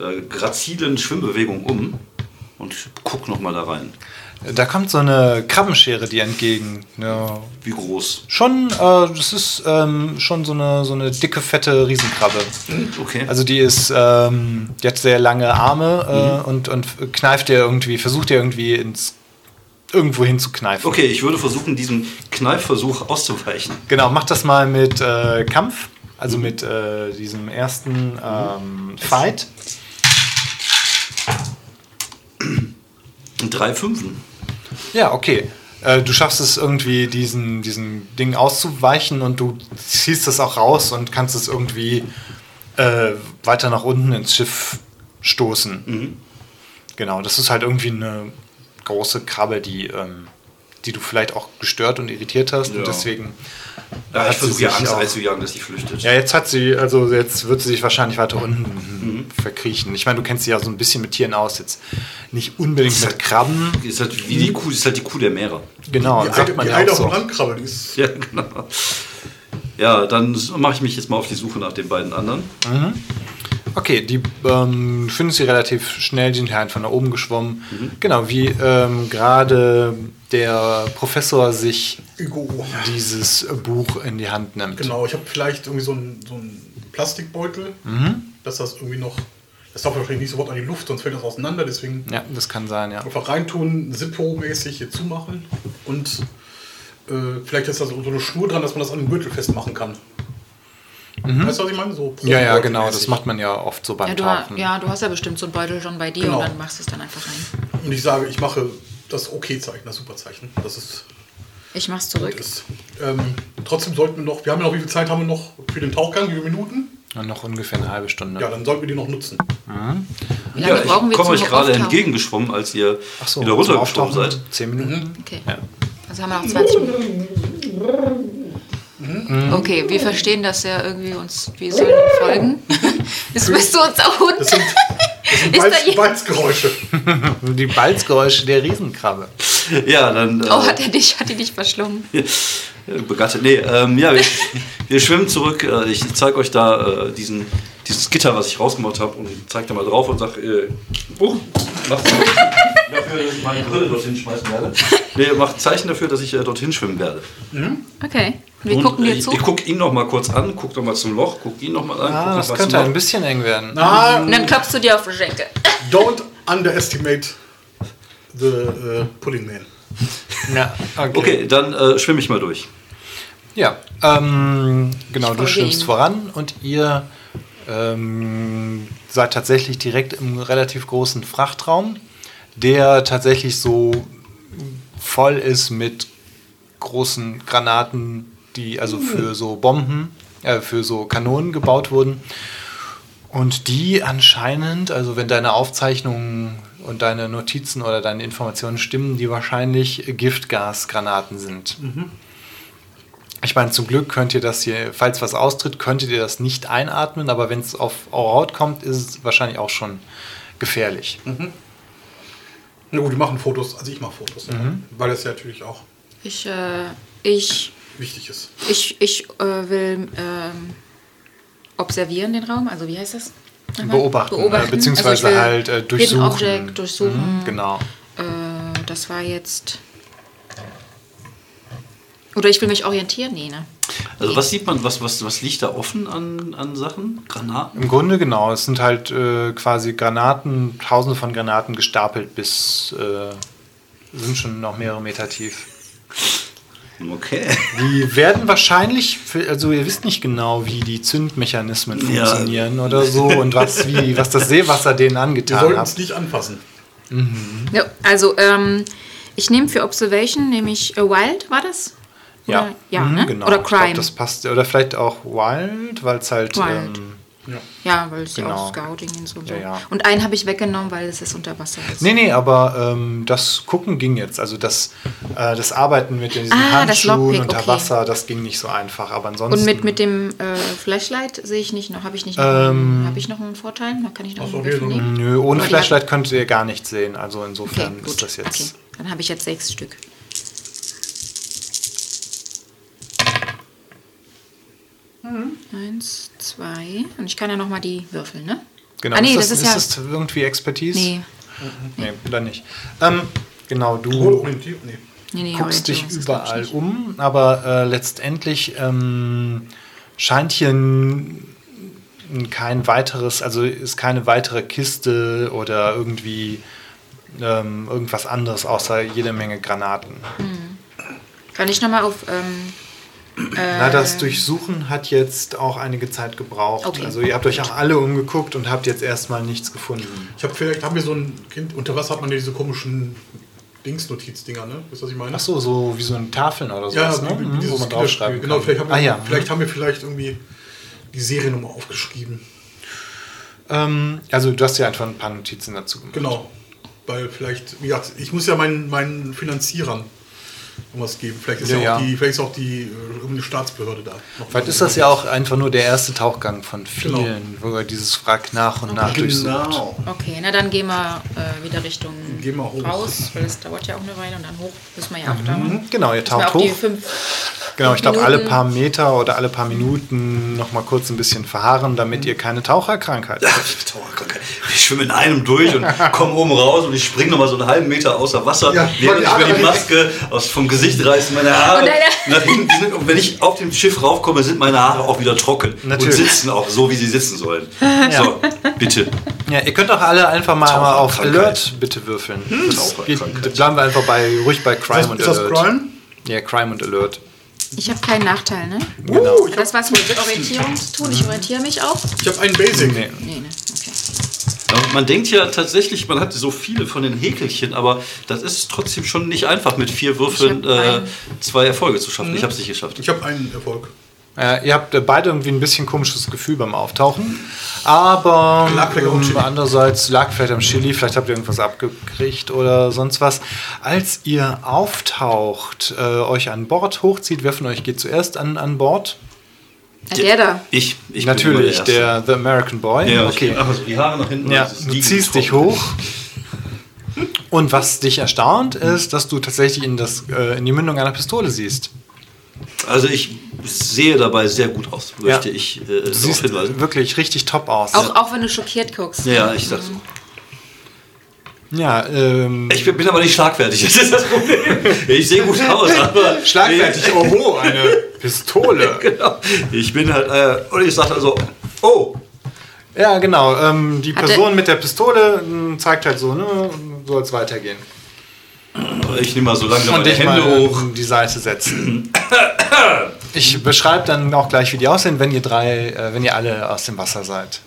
D: äh, grazilen Schwimmbewegung um und guck noch mal da rein.
B: Da kommt so eine Krabbenschere dir entgegen. Ja.
D: Wie groß?
B: Schon, äh, das ist ähm, schon so eine, so eine dicke, fette Riesenkrabbe.
D: Okay.
B: Also die ist, ähm, die hat sehr lange Arme äh, und, und kneift dir irgendwie, versucht dir irgendwie ins irgendwo hinzukneifen.
D: okay, ich würde versuchen, diesem Kneifversuch auszuweichen.
B: Genau, mach das mal mit äh, Kampf, also mit äh, diesem ersten ähm, Fight.
D: Drei Fünfen.
B: Ja, okay. Äh, Du schaffst es irgendwie, diesen, diesen Ding auszuweichen und du ziehst das auch raus und kannst es irgendwie äh, weiter nach unten ins Schiff stoßen.
E: Mhm.
B: Genau, das ist halt irgendwie eine große Krabbe, die, ähm, die du vielleicht auch gestört und irritiert hast.
D: Ja.
B: Und deswegen.
D: Ja,
B: hat
D: ich
B: sie
D: versuche ja
B: sich
D: Angst
B: auch-
D: einzujagen, dass sie flüchtet.
B: Ja, jetzt hat sie, also jetzt wird sie sich wahrscheinlich weiter unten
E: Mhm.
B: verkriechen. Ich meine, du kennst sie ja so ein bisschen mit Tieren aus, jetzt nicht unbedingt mit Krabben.
D: Ist halt wie
B: Mhm.
D: die Kuh, ist halt die Kuh der Meere.
B: Genau,
E: Die,
B: sagt
E: Eide-
B: man
E: die
B: ja auch
E: Eide auf
B: so.
E: dem Landkrabbe, die ist
D: Ja, genau. Ja, dann mache ich mich jetzt mal auf die Suche nach den beiden anderen.
B: Okay, die ähm, finden sie relativ schnell, die sind halt von da oben geschwommen. Genau, wie ähm, gerade der Professor sich
E: Ego.
B: dieses Buch in die Hand nimmt.
E: Genau, ich habe vielleicht irgendwie so einen, so einen Plastikbeutel,
B: Mhm.
E: dass das irgendwie noch. Das darf wahrscheinlich nicht sofort an die Luft, sonst fällt das auseinander. Deswegen
B: Ja, das kann sein, ja.
E: einfach reintun, Zippo-mäßig hier zumachen und äh, vielleicht ist da so, so eine Schnur dran, dass man das an den Gürtel festmachen kann. Weißt du, was ich meine? So
B: Mhm. Ja, ja,
E: Probenbeutel-mäßig.
B: genau, das macht man ja oft so beim
C: Ja du, ha-
B: Tauchen.
C: ja, du hast ja bestimmt so einen Beutel schon bei dir
E: Genau.
C: und dann machst du es dann einfach rein.
E: Und ich sage, ich mache das Okay-Zeichen, das Superzeichen. Das ist.
C: Ich mach's zurück.
E: ist ähm, trotzdem sollten wir noch. Wir haben ja noch, wie viel Zeit haben wir noch für den Tauchgang? Wie viele Minuten?
B: Und noch ungefähr eine halbe Stunde.
E: Ja, dann sollten wir die noch nutzen.
C: Wie lange brauchen wir
D: ich komme
C: zum
D: euch gerade
C: Auftauchen?
D: entgegengeschwommen, als ihr
B: Ach so,
D: wieder
B: zum
D: runtergeschwommen
B: Auftauchen
D: seid.
B: Zehn Minuten.
C: Okay. Also haben wir noch 20 Minuten. Okay, wir verstehen, dass er irgendwie uns, wir sollen ihm folgen. Jetzt bist du unser Hund.
E: Das sind, das
C: Ist
E: sind
C: da
E: Balz,
C: je-
E: Balzgeräusche.
B: Mhm. Die Balzgeräusche der Riesenkrabbe.
D: Ja, dann.
C: Oh,
D: äh,
C: hat er dich, hat er dich verschlungen.
D: Begattet. Nee, ähm, ja, wir, wir schwimmen zurück. Äh, Ich zeige euch da äh, diesen, dieses Gitter, was ich rausgemacht habe, und zeige da mal drauf und sage, äh, uh, mach dafür, dass ich meine Brille dorthin schmeißen werde. Nee, mach Zeichen dafür, dass ich äh, dorthin schwimmen werde.
C: Okay, wir
D: und,
C: gucken
D: äh,
C: dir
D: ich,
C: zu.
D: ich guck ihn noch mal kurz an, guck doch mal zum Loch, guck ihn noch mal an.
B: Ah,
D: guck
B: das
D: noch mal
B: könnte
D: zum
B: ein
D: Loch.
B: bisschen eng werden.
E: Ah,
C: Und dann klopfst du dir auf die Schenkel.
E: Don't underestimate the äh, Pudding Man.
B: Ja,
D: Okay, dann äh, schwimme ich mal durch.
B: Ja, ähm, genau, du
C: folge
B: schwimmst
C: ihm.
B: voran und ihr ähm, seid tatsächlich direkt im relativ großen Frachtraum, der tatsächlich so voll ist mit großen Granaten, die
C: Mhm.
B: also für so Bomben, äh, für so Kanonen gebaut wurden. Und die anscheinend, also wenn deine Aufzeichnungen und deine Notizen oder deine Informationen stimmen, die wahrscheinlich Giftgasgranaten sind. Ich meine, zum Glück könnt ihr das hier, falls was austritt, könntet ihr das nicht einatmen, aber wenn es auf eure Haut kommt, ist es wahrscheinlich auch schon gefährlich.
C: Mhm.
E: Na gut, die machen Fotos, also ich mache Fotos,
B: Mhm.
E: weil das ja natürlich auch
C: Ich, äh, ich,
E: wichtig ist.
C: ich, ich äh, will ähm, observieren den Raum, also wie heißt das? nochmal?
B: Beobachten, äh,
C: Also
B: beziehungsweise
C: ich will
B: halt äh,
C: Hidden
B: durchsuchen.
C: Object durchsuchen.
B: Mhm, genau.
C: Äh, das war jetzt. Oder ich will mich orientieren, nee, ne?
D: Also was sieht man, was, was, was liegt da offen an, an Sachen? Granaten?
B: Im Grunde genau, es sind halt äh, quasi Granaten, tausende von Granaten gestapelt bis äh, sind schon noch mehrere Meter tief.
D: Okay.
B: Die werden wahrscheinlich, für, also ihr wisst nicht genau, wie die Zündmechanismen
D: Ja.
B: funktionieren oder so und was, wie, was das Seewasser denen
E: Wir
B: angetan
E: sollten es
B: hat.
E: nicht anfassen.
B: Mhm.
C: Ja, also, ähm, ich nehme für Observation, nehme ich äh, Wild, war das? Oder, ja
B: Mhm,
C: ne?
B: genau.
C: Oder
B: Ich glaub,
C: Crime.
B: das passt, oder vielleicht auch Wild, weil es halt
C: Wild.
B: ähm,
C: ja, weil es ja auch
B: Genau.
C: Scouting und so.
B: Ja, ja.
C: Und einen habe ich weggenommen, weil es ist unter Wasser. Ist.
B: Nee, nee, aber ähm, das Gucken ging jetzt. Also das, äh, das Arbeiten mit diesen
C: Ah, das
B: Handschuhen
C: Lockpick,
B: unter
C: okay.
B: Wasser, das ging nicht so einfach. Aber ansonsten.
C: Und mit, mit dem äh, Flashlight sehe ich nicht noch. Habe ich nicht noch,
B: Ähm.
C: hab ich noch einen Vorteil? Da kann ich noch
E: Ach so,
C: einen
E: hier
C: Würfel
E: so.
C: nehmen?
B: Nö, ohne
C: Oh, die
B: Flashlight könntet ihr gar nichts sehen. Also
C: Okay,
B: insofern
C: gut.
B: ist das jetzt.
C: Okay. Dann habe ich jetzt sechs Stück.
B: Mhm.
C: Eins, zwei. Und ich kann ja nochmal die Würfel, ne?
B: Genau.
C: Ah, nee,
B: ist das,
C: das ist ja-
B: das irgendwie Expertise?
C: Nee,
B: Nee, dann nicht. Ähm, genau, du
E: Orientieren? Nee.
C: nee, nee.
B: guckst dich
C: Orientierung ist das, glaub ich,
B: überall um,
C: nicht.
B: aber äh, letztendlich ähm, scheint hier n- n- kein weiteres, also ist keine weitere Kiste oder irgendwie ähm, irgendwas anderes außer jede Menge Granaten.
C: Kann ich nochmal auf. Ähm,
B: Na, das Durchsuchen hat jetzt auch einige Zeit gebraucht.
C: Okay.
B: Also ihr habt euch auch alle umgeguckt und habt jetzt erstmal nichts gefunden.
E: Ich habe vielleicht, haben wir so ein Kind, unter Wasser hat man ja diese komischen Dings-Notizdinger, ne? Wisst ihr, was ich meine?
B: Ach so, so wie so eine Tafeln oder
E: ja,
B: sowas,
E: wie,
B: ne?
E: wie
B: Mhm, wo
E: dieses
B: man draufschreiben
E: Kinderspiel. Genau,
B: kann.
E: vielleicht, haben wir,
B: ah, ja.
E: vielleicht haben wir vielleicht irgendwie die Seriennummer aufgeschrieben.
B: ähm, also du hast ja einfach ein paar Notizen dazu gemacht.
E: Genau. Weil vielleicht, wie gesagt, ich muss ja meinen, meinen Finanzierern irgendwas geben. Vielleicht ist
B: Ja,
E: ja,
B: ja.
E: auch die, vielleicht ist auch die äh, irgendeine Staatsbehörde da. Noch
B: Vielleicht ist das ja auch einfach nur der erste Tauchgang von
E: Genau.
B: vielen, wo er dieses Wrack nach und nach durchsucht.
E: Genau.
C: okay, na dann gehen wir äh, wieder Richtung
E: Gehen wir hoch.
C: raus, weil es dauert ja auch eine Weile und dann hoch müssen wir ja auch da.
B: Mhm, Genau, ihr
C: Dass wir
B: taucht
C: auch die
B: hoch.
C: fünf.
B: Genau, ich glaube, alle
C: Minuten-
B: paar Meter oder alle paar Minuten nochmal kurz ein bisschen verharren, damit ihr keine Taucherkrankheit habt.
D: Ich schwimme in einem durch und komme oben raus und ich springe nochmal so einen halben Meter außer Wasser,
E: Ja,
D: während
E: voll
D: ich mir die
E: arg.
D: Maske aus, vom Gesicht reiße, meine Haare
C: Und deine-
D: nach hinten sind. Und wenn ich auf dem Schiff raufkomme, sind meine Haare auch wieder trocken
B: Natürlich.
D: und sitzen auch so, wie sie sitzen sollen. So, bitte.
B: Ja, ihr könnt auch alle einfach mal, mal auf
D: Taucherkrankheit.
B: Alert bitte würfeln. Das geht,
D: Taucherkrankheit.
B: bleiben wir einfach bei, ruhig bei Crime
E: Ist das,
B: Hm? und
E: ist das
B: Alert.
E: Crime?
B: Ja, Crime und Alert.
C: Ich habe keinen Nachteil, ne?
B: Genau.
C: das war's mit Orientierung zu tun. Ich orientiere mich auch.
E: Ich habe einen Basic.
B: Nee.
C: Nee, ne? Okay.
D: Ja, Man denkt ja tatsächlich, man hat so viele von den Häkelchen, aber das ist trotzdem schon nicht einfach, mit vier Würfeln
C: Ich hab
D: äh,
C: einen. Mhm.
D: zwei Erfolge zu schaffen. Ich habe es nicht geschafft.
E: Ich habe einen Erfolg.
B: Äh, ihr habt äh, beide irgendwie ein bisschen komisches Gefühl beim Auftauchen. Aber
E: Lag vielleicht auch am
B: ähm,
E: Chili.
B: andererseits lag vielleicht am Chili, vielleicht habt ihr irgendwas abgekriegt oder sonst was. Als ihr auftaucht, äh, euch an Bord hochzieht, wer von euch geht zuerst an, an Bord?
C: Ja, der da.
D: Ich, ich bin
B: Natürlich,
D: immer
B: der, The American Boy.
D: Erste. Ja, okay.
B: okay.
D: Ich einfach so die Haare nach hinten.
B: Ja,
D: und es
B: du
D: liegen
B: ziehst dich
D: trocken.
B: hoch. Und was dich erstaunt, ist, dass du tatsächlich in, das, äh, in die Mündung einer Pistole siehst.
D: Also ich sehe dabei sehr gut aus, möchte ich äh,
B: Du
D: darauf
B: siehst
D: hinweisen.
B: wirklich richtig top aus.
C: Auch, auch wenn du schockiert guckst.
D: Ja, ich sag's. so.
B: Ja, ähm,
D: Ich bin, bin aber nicht schlagfertig, das ist das Problem. Ich sehe gut aus, aber.
B: Schlagfertig, oho, eine Pistole.
D: Genau. Ich bin halt, äh, und ich sage also, oh,
B: Ja, genau. Ähm, die
C: Hat
B: Person
C: der-
B: mit der Pistole m, zeigt halt so, ne, soll es weitergehen.
D: ich nehme mal so langsam
B: Und
D: meine
B: dich mal äh,
D: Hände hoch.
B: an die Seite setzen. Ich beschreibe dann auch gleich, wie die aussehen, wenn ihr drei, äh, wenn ihr alle aus dem Wasser seid.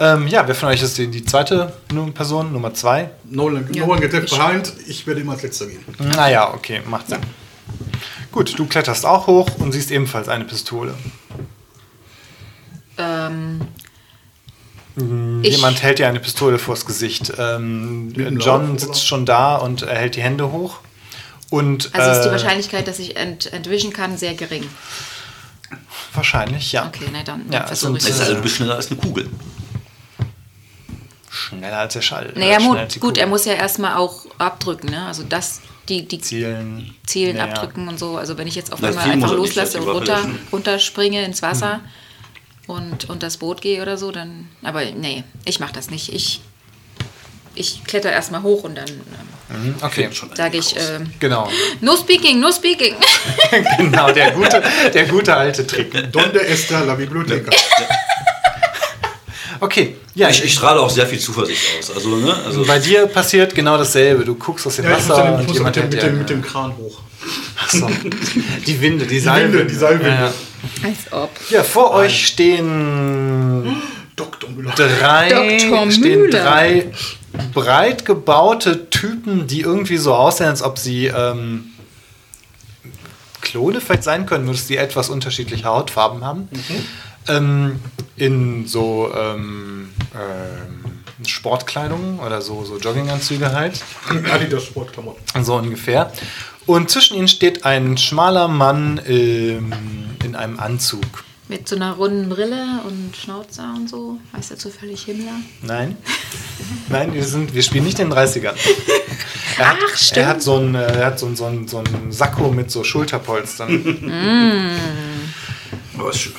B: Ähm, ja, wer von euch ist die, die zweite Nu- Person, Nummer zwei?
E: No, one- no
C: Ja,
E: one get left
C: ich-
E: behind. Ich werde immer als letzter gehen.
B: Naja, okay, macht Sinn. Gut, du kletterst auch hoch und siehst ebenfalls eine Pistole.
C: Ähm, ich,
B: Mhm. Jemand hält dir eine Pistole vors Gesicht. Ähm,
E: Im Lauf,
B: John
E: oder?
B: sitzt schon da und er hält die Hände hoch. Und,
C: also ist die
B: äh,
C: Wahrscheinlichkeit, dass ich ent, entwischen kann, sehr gering.
B: Wahrscheinlich, ja.
C: Okay, na dann, dann
B: Ja, es
C: versuche
B: sind
C: ich
D: Das
C: es.
D: ist also, du
B: äh,
D: bist schneller als eine Kugel.
B: schneller als der Schall.
C: Naja,
B: Äh,
C: mu-
B: schneller als die
C: gut, er
B: Kugel.
C: muss ja erstmal auch abdrücken, ne? Also das, die, die
B: Zielen.
C: Zielen
B: Ja, ja.
C: abdrücken und so. Also wenn ich jetzt auf
D: Das
C: einmal
D: Ziel muss
C: einfach
D: er nicht, Hm.
C: loslasse
D: das
C: und
D: Überfall
C: runter,
D: ist schon-
C: runterspringe ins Wasser und unter das Boot gehe oder so, dann. Aber nee, ich mache das nicht. Ich, ich kletter erstmal hoch und dann ähm,
B: Mhm, Okay,
C: sage ich, ähm,
B: genau.
C: no speaking, no speaking.
B: genau, der gute, der gute alte Trick.
E: Don de Esta, la Biblioteca.
B: Okay, ja,
D: Ich, ich strahle auch sehr viel Zuversicht aus. Also, ne? also
B: bei dir passiert genau dasselbe. Du guckst aus dem
E: Ja, ich muss
B: Wasser
E: dann den
B: und
E: Fuß mit
B: jemand
E: dem,
B: hält
E: mit,
B: dir
E: dem,
B: eine-
E: mit dem Kran hoch.
B: Ach so. Die Winde, die Seilwinde.
E: die Seilwinde.
B: Ja, ja.
C: Als ob.
B: ja, vor euch stehen
E: Dr. Müller.
B: drei,
C: Dr.
B: stehen
C: Müller.
B: drei breit gebaute Typen, die irgendwie so aussehen, als ob sie ähm, Klone vielleicht sein können, nur dass die etwas unterschiedliche Hautfarben haben. Ähm, in so ähm, ähm, Sportkleidung oder so, so Jogginganzüge halt.
E: Adidas Sportklamotten.
B: So ungefähr. Und zwischen ihnen steht ein schmaler Mann ähm, in einem Anzug.
C: Mit so einer runden Brille und Schnauzer und so. Heißt er zufällig Himmler?
B: Nein. Nein, wir, sind, wir spielen nicht in den 30ern. Er hat,
C: Ach, stimmt.
B: Er hat so einen, äh, er hat so einen, so einen, so einen Sakko mit so Schulterpolstern.
D: aber ist schön.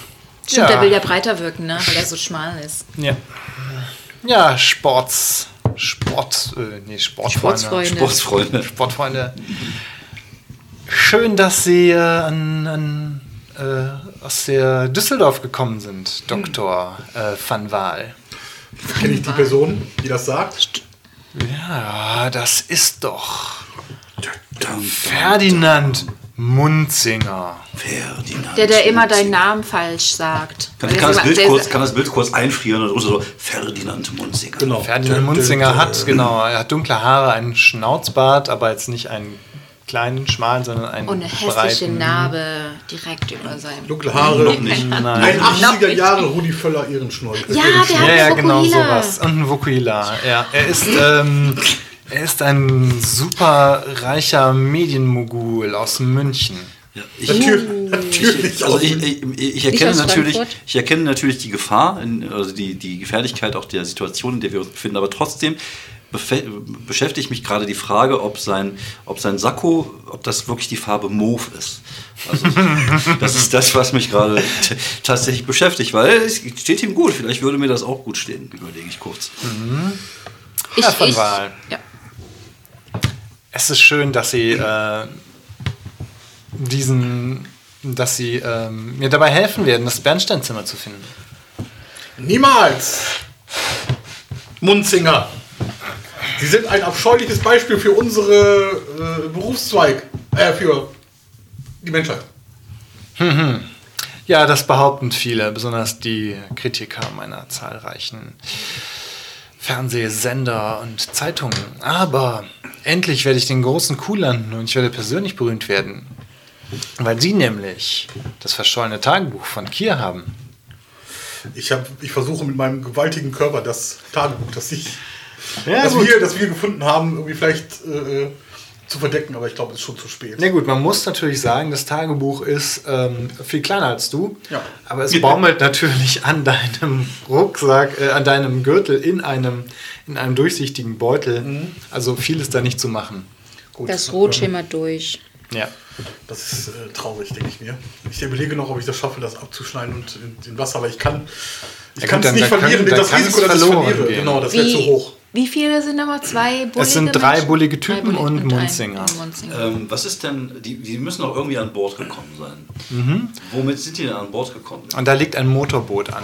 C: Stimmt,
B: Ja.
C: der will ja breiter wirken, ne? Weil er so schmal ist.
B: ja. Ja, Sports. Sport. Äh, nee, Sportfreunde.
C: Sportsfreunde.
D: Sportsfreunde.
B: Sportfreunde. Schön, dass Sie äh, an, an, äh, aus der Düsseldorf gekommen sind, Dr. Äh, van Waal.
E: Kenne ich die Person, die das sagt?
B: Ja, das ist doch Ferdinand Munzinger.
D: Ferdinand.
C: Der, der immer deinen
D: Munzinger.
C: Namen falsch sagt.
D: Kann,
C: Der
D: kann,
C: ist immer-
D: das Bild
C: der ist-
D: kurz, kann das Bild kurz einfrieren und so Ferdinand Munzinger.
E: Genau.
B: Ferdinand Munzinger hat, genau, er hat dunkle Haare, einen Schnauzbart, aber jetzt nicht einen kleinen, schmalen, sondern einen
C: Und eine hässliche
B: breiten.
C: Narbe direkt über seinem.
E: Dunkle Haare.
D: Noch nicht.
E: Ein
B: Nein.
E: 80er Jahre Rudi Völler Ehrenschnäuel.
C: Ja, der hat
B: Ja, ja,
C: eine
B: genau
C: Vokuhila.
B: sowas. Und ein Vokuila, ja. Er ist, ähm, er ist ein super reicher Medienmogul aus München.
D: Ja, ich,
E: Natürlich. natürlich.
D: also ich, ich, ich, erkenne
C: aus
D: natürlich,
C: Frankfurt?
D: ich erkenne natürlich die Gefahr, in, also die, die Gefährlichkeit auch der Situation, in der wir uns befinden, aber trotzdem befe- beschäftigt mich gerade die Frage, ob sein, ob sein Sakko, ob das wirklich die Farbe Mauve ist. Also, das ist das, was mich gerade t- tatsächlich beschäftigt, weil es steht ihm gut. Vielleicht würde mir das auch gut stehen, überlege ich kurz.
C: Ich,
B: Ja, von
C: ich,
B: Wahl.
C: Ja.
B: Es ist schön, dass sie äh, diesen, dass sie ähm, mir dabei helfen werden, das Bernsteinzimmer zu finden.
E: Niemals! Munzinger! Sie sind ein abscheuliches Beispiel für unsere äh, Berufszweig. Äh, für die Menschheit.
B: Ja, das behaupten viele, besonders die Kritiker meiner zahlreichen Fernsehsender und Zeitungen. Aber endlich werde ich den großen Kuh landen und ich werde persönlich berühmt werden. Weil sie nämlich das verschollene Tagebuch von Kier haben.
E: Ich, hab, ich versuche mit meinem gewaltigen Körper das Tagebuch, das ich.
B: Ja,
E: das,
B: gut.
E: wir, das wir gefunden haben, irgendwie vielleicht äh, zu verdecken, aber ich glaube, es ist schon zu spät.
B: Na gut, man muss natürlich sagen, das Tagebuch ist ähm, viel kleiner als du.
E: Ja.
B: Aber es baumelt natürlich an deinem Rucksack, äh, an deinem Gürtel in einem, in einem durchsichtigen Beutel. Also viel ist da nicht zu machen.
E: Gut.
C: Das Rot schimmert durch.
B: Ja.
E: Das ist äh, traurig, denke ich mir. Ich überlege noch, ob ich das schaffe, das abzuschneiden und in, in Wasser, aber ich kann ich
B: Ja,
E: kann
B: gut,
E: es
B: dann-
E: nicht
B: dann
E: verlieren,
B: kann-
E: denn
B: dann
E: das
B: kann
E: Risiko,
B: es
E: dass ich
B: verloren
E: verliere,
B: gehen.
E: genau, das wäre zu
C: Wie,
E: hoch.
C: wie viele sind aber zwei bullige
B: sind drei
C: Menschen?
B: bullige Typen
C: bullige
B: und
C: ein-
B: Munzinger.
C: und
E: Äh,
C: Munzinger.
D: Ähm, was ist denn, die, die müssen doch irgendwie an Bord gekommen sein. Womit sind die denn an Bord gekommen?
B: Und da liegt ein Motorboot an.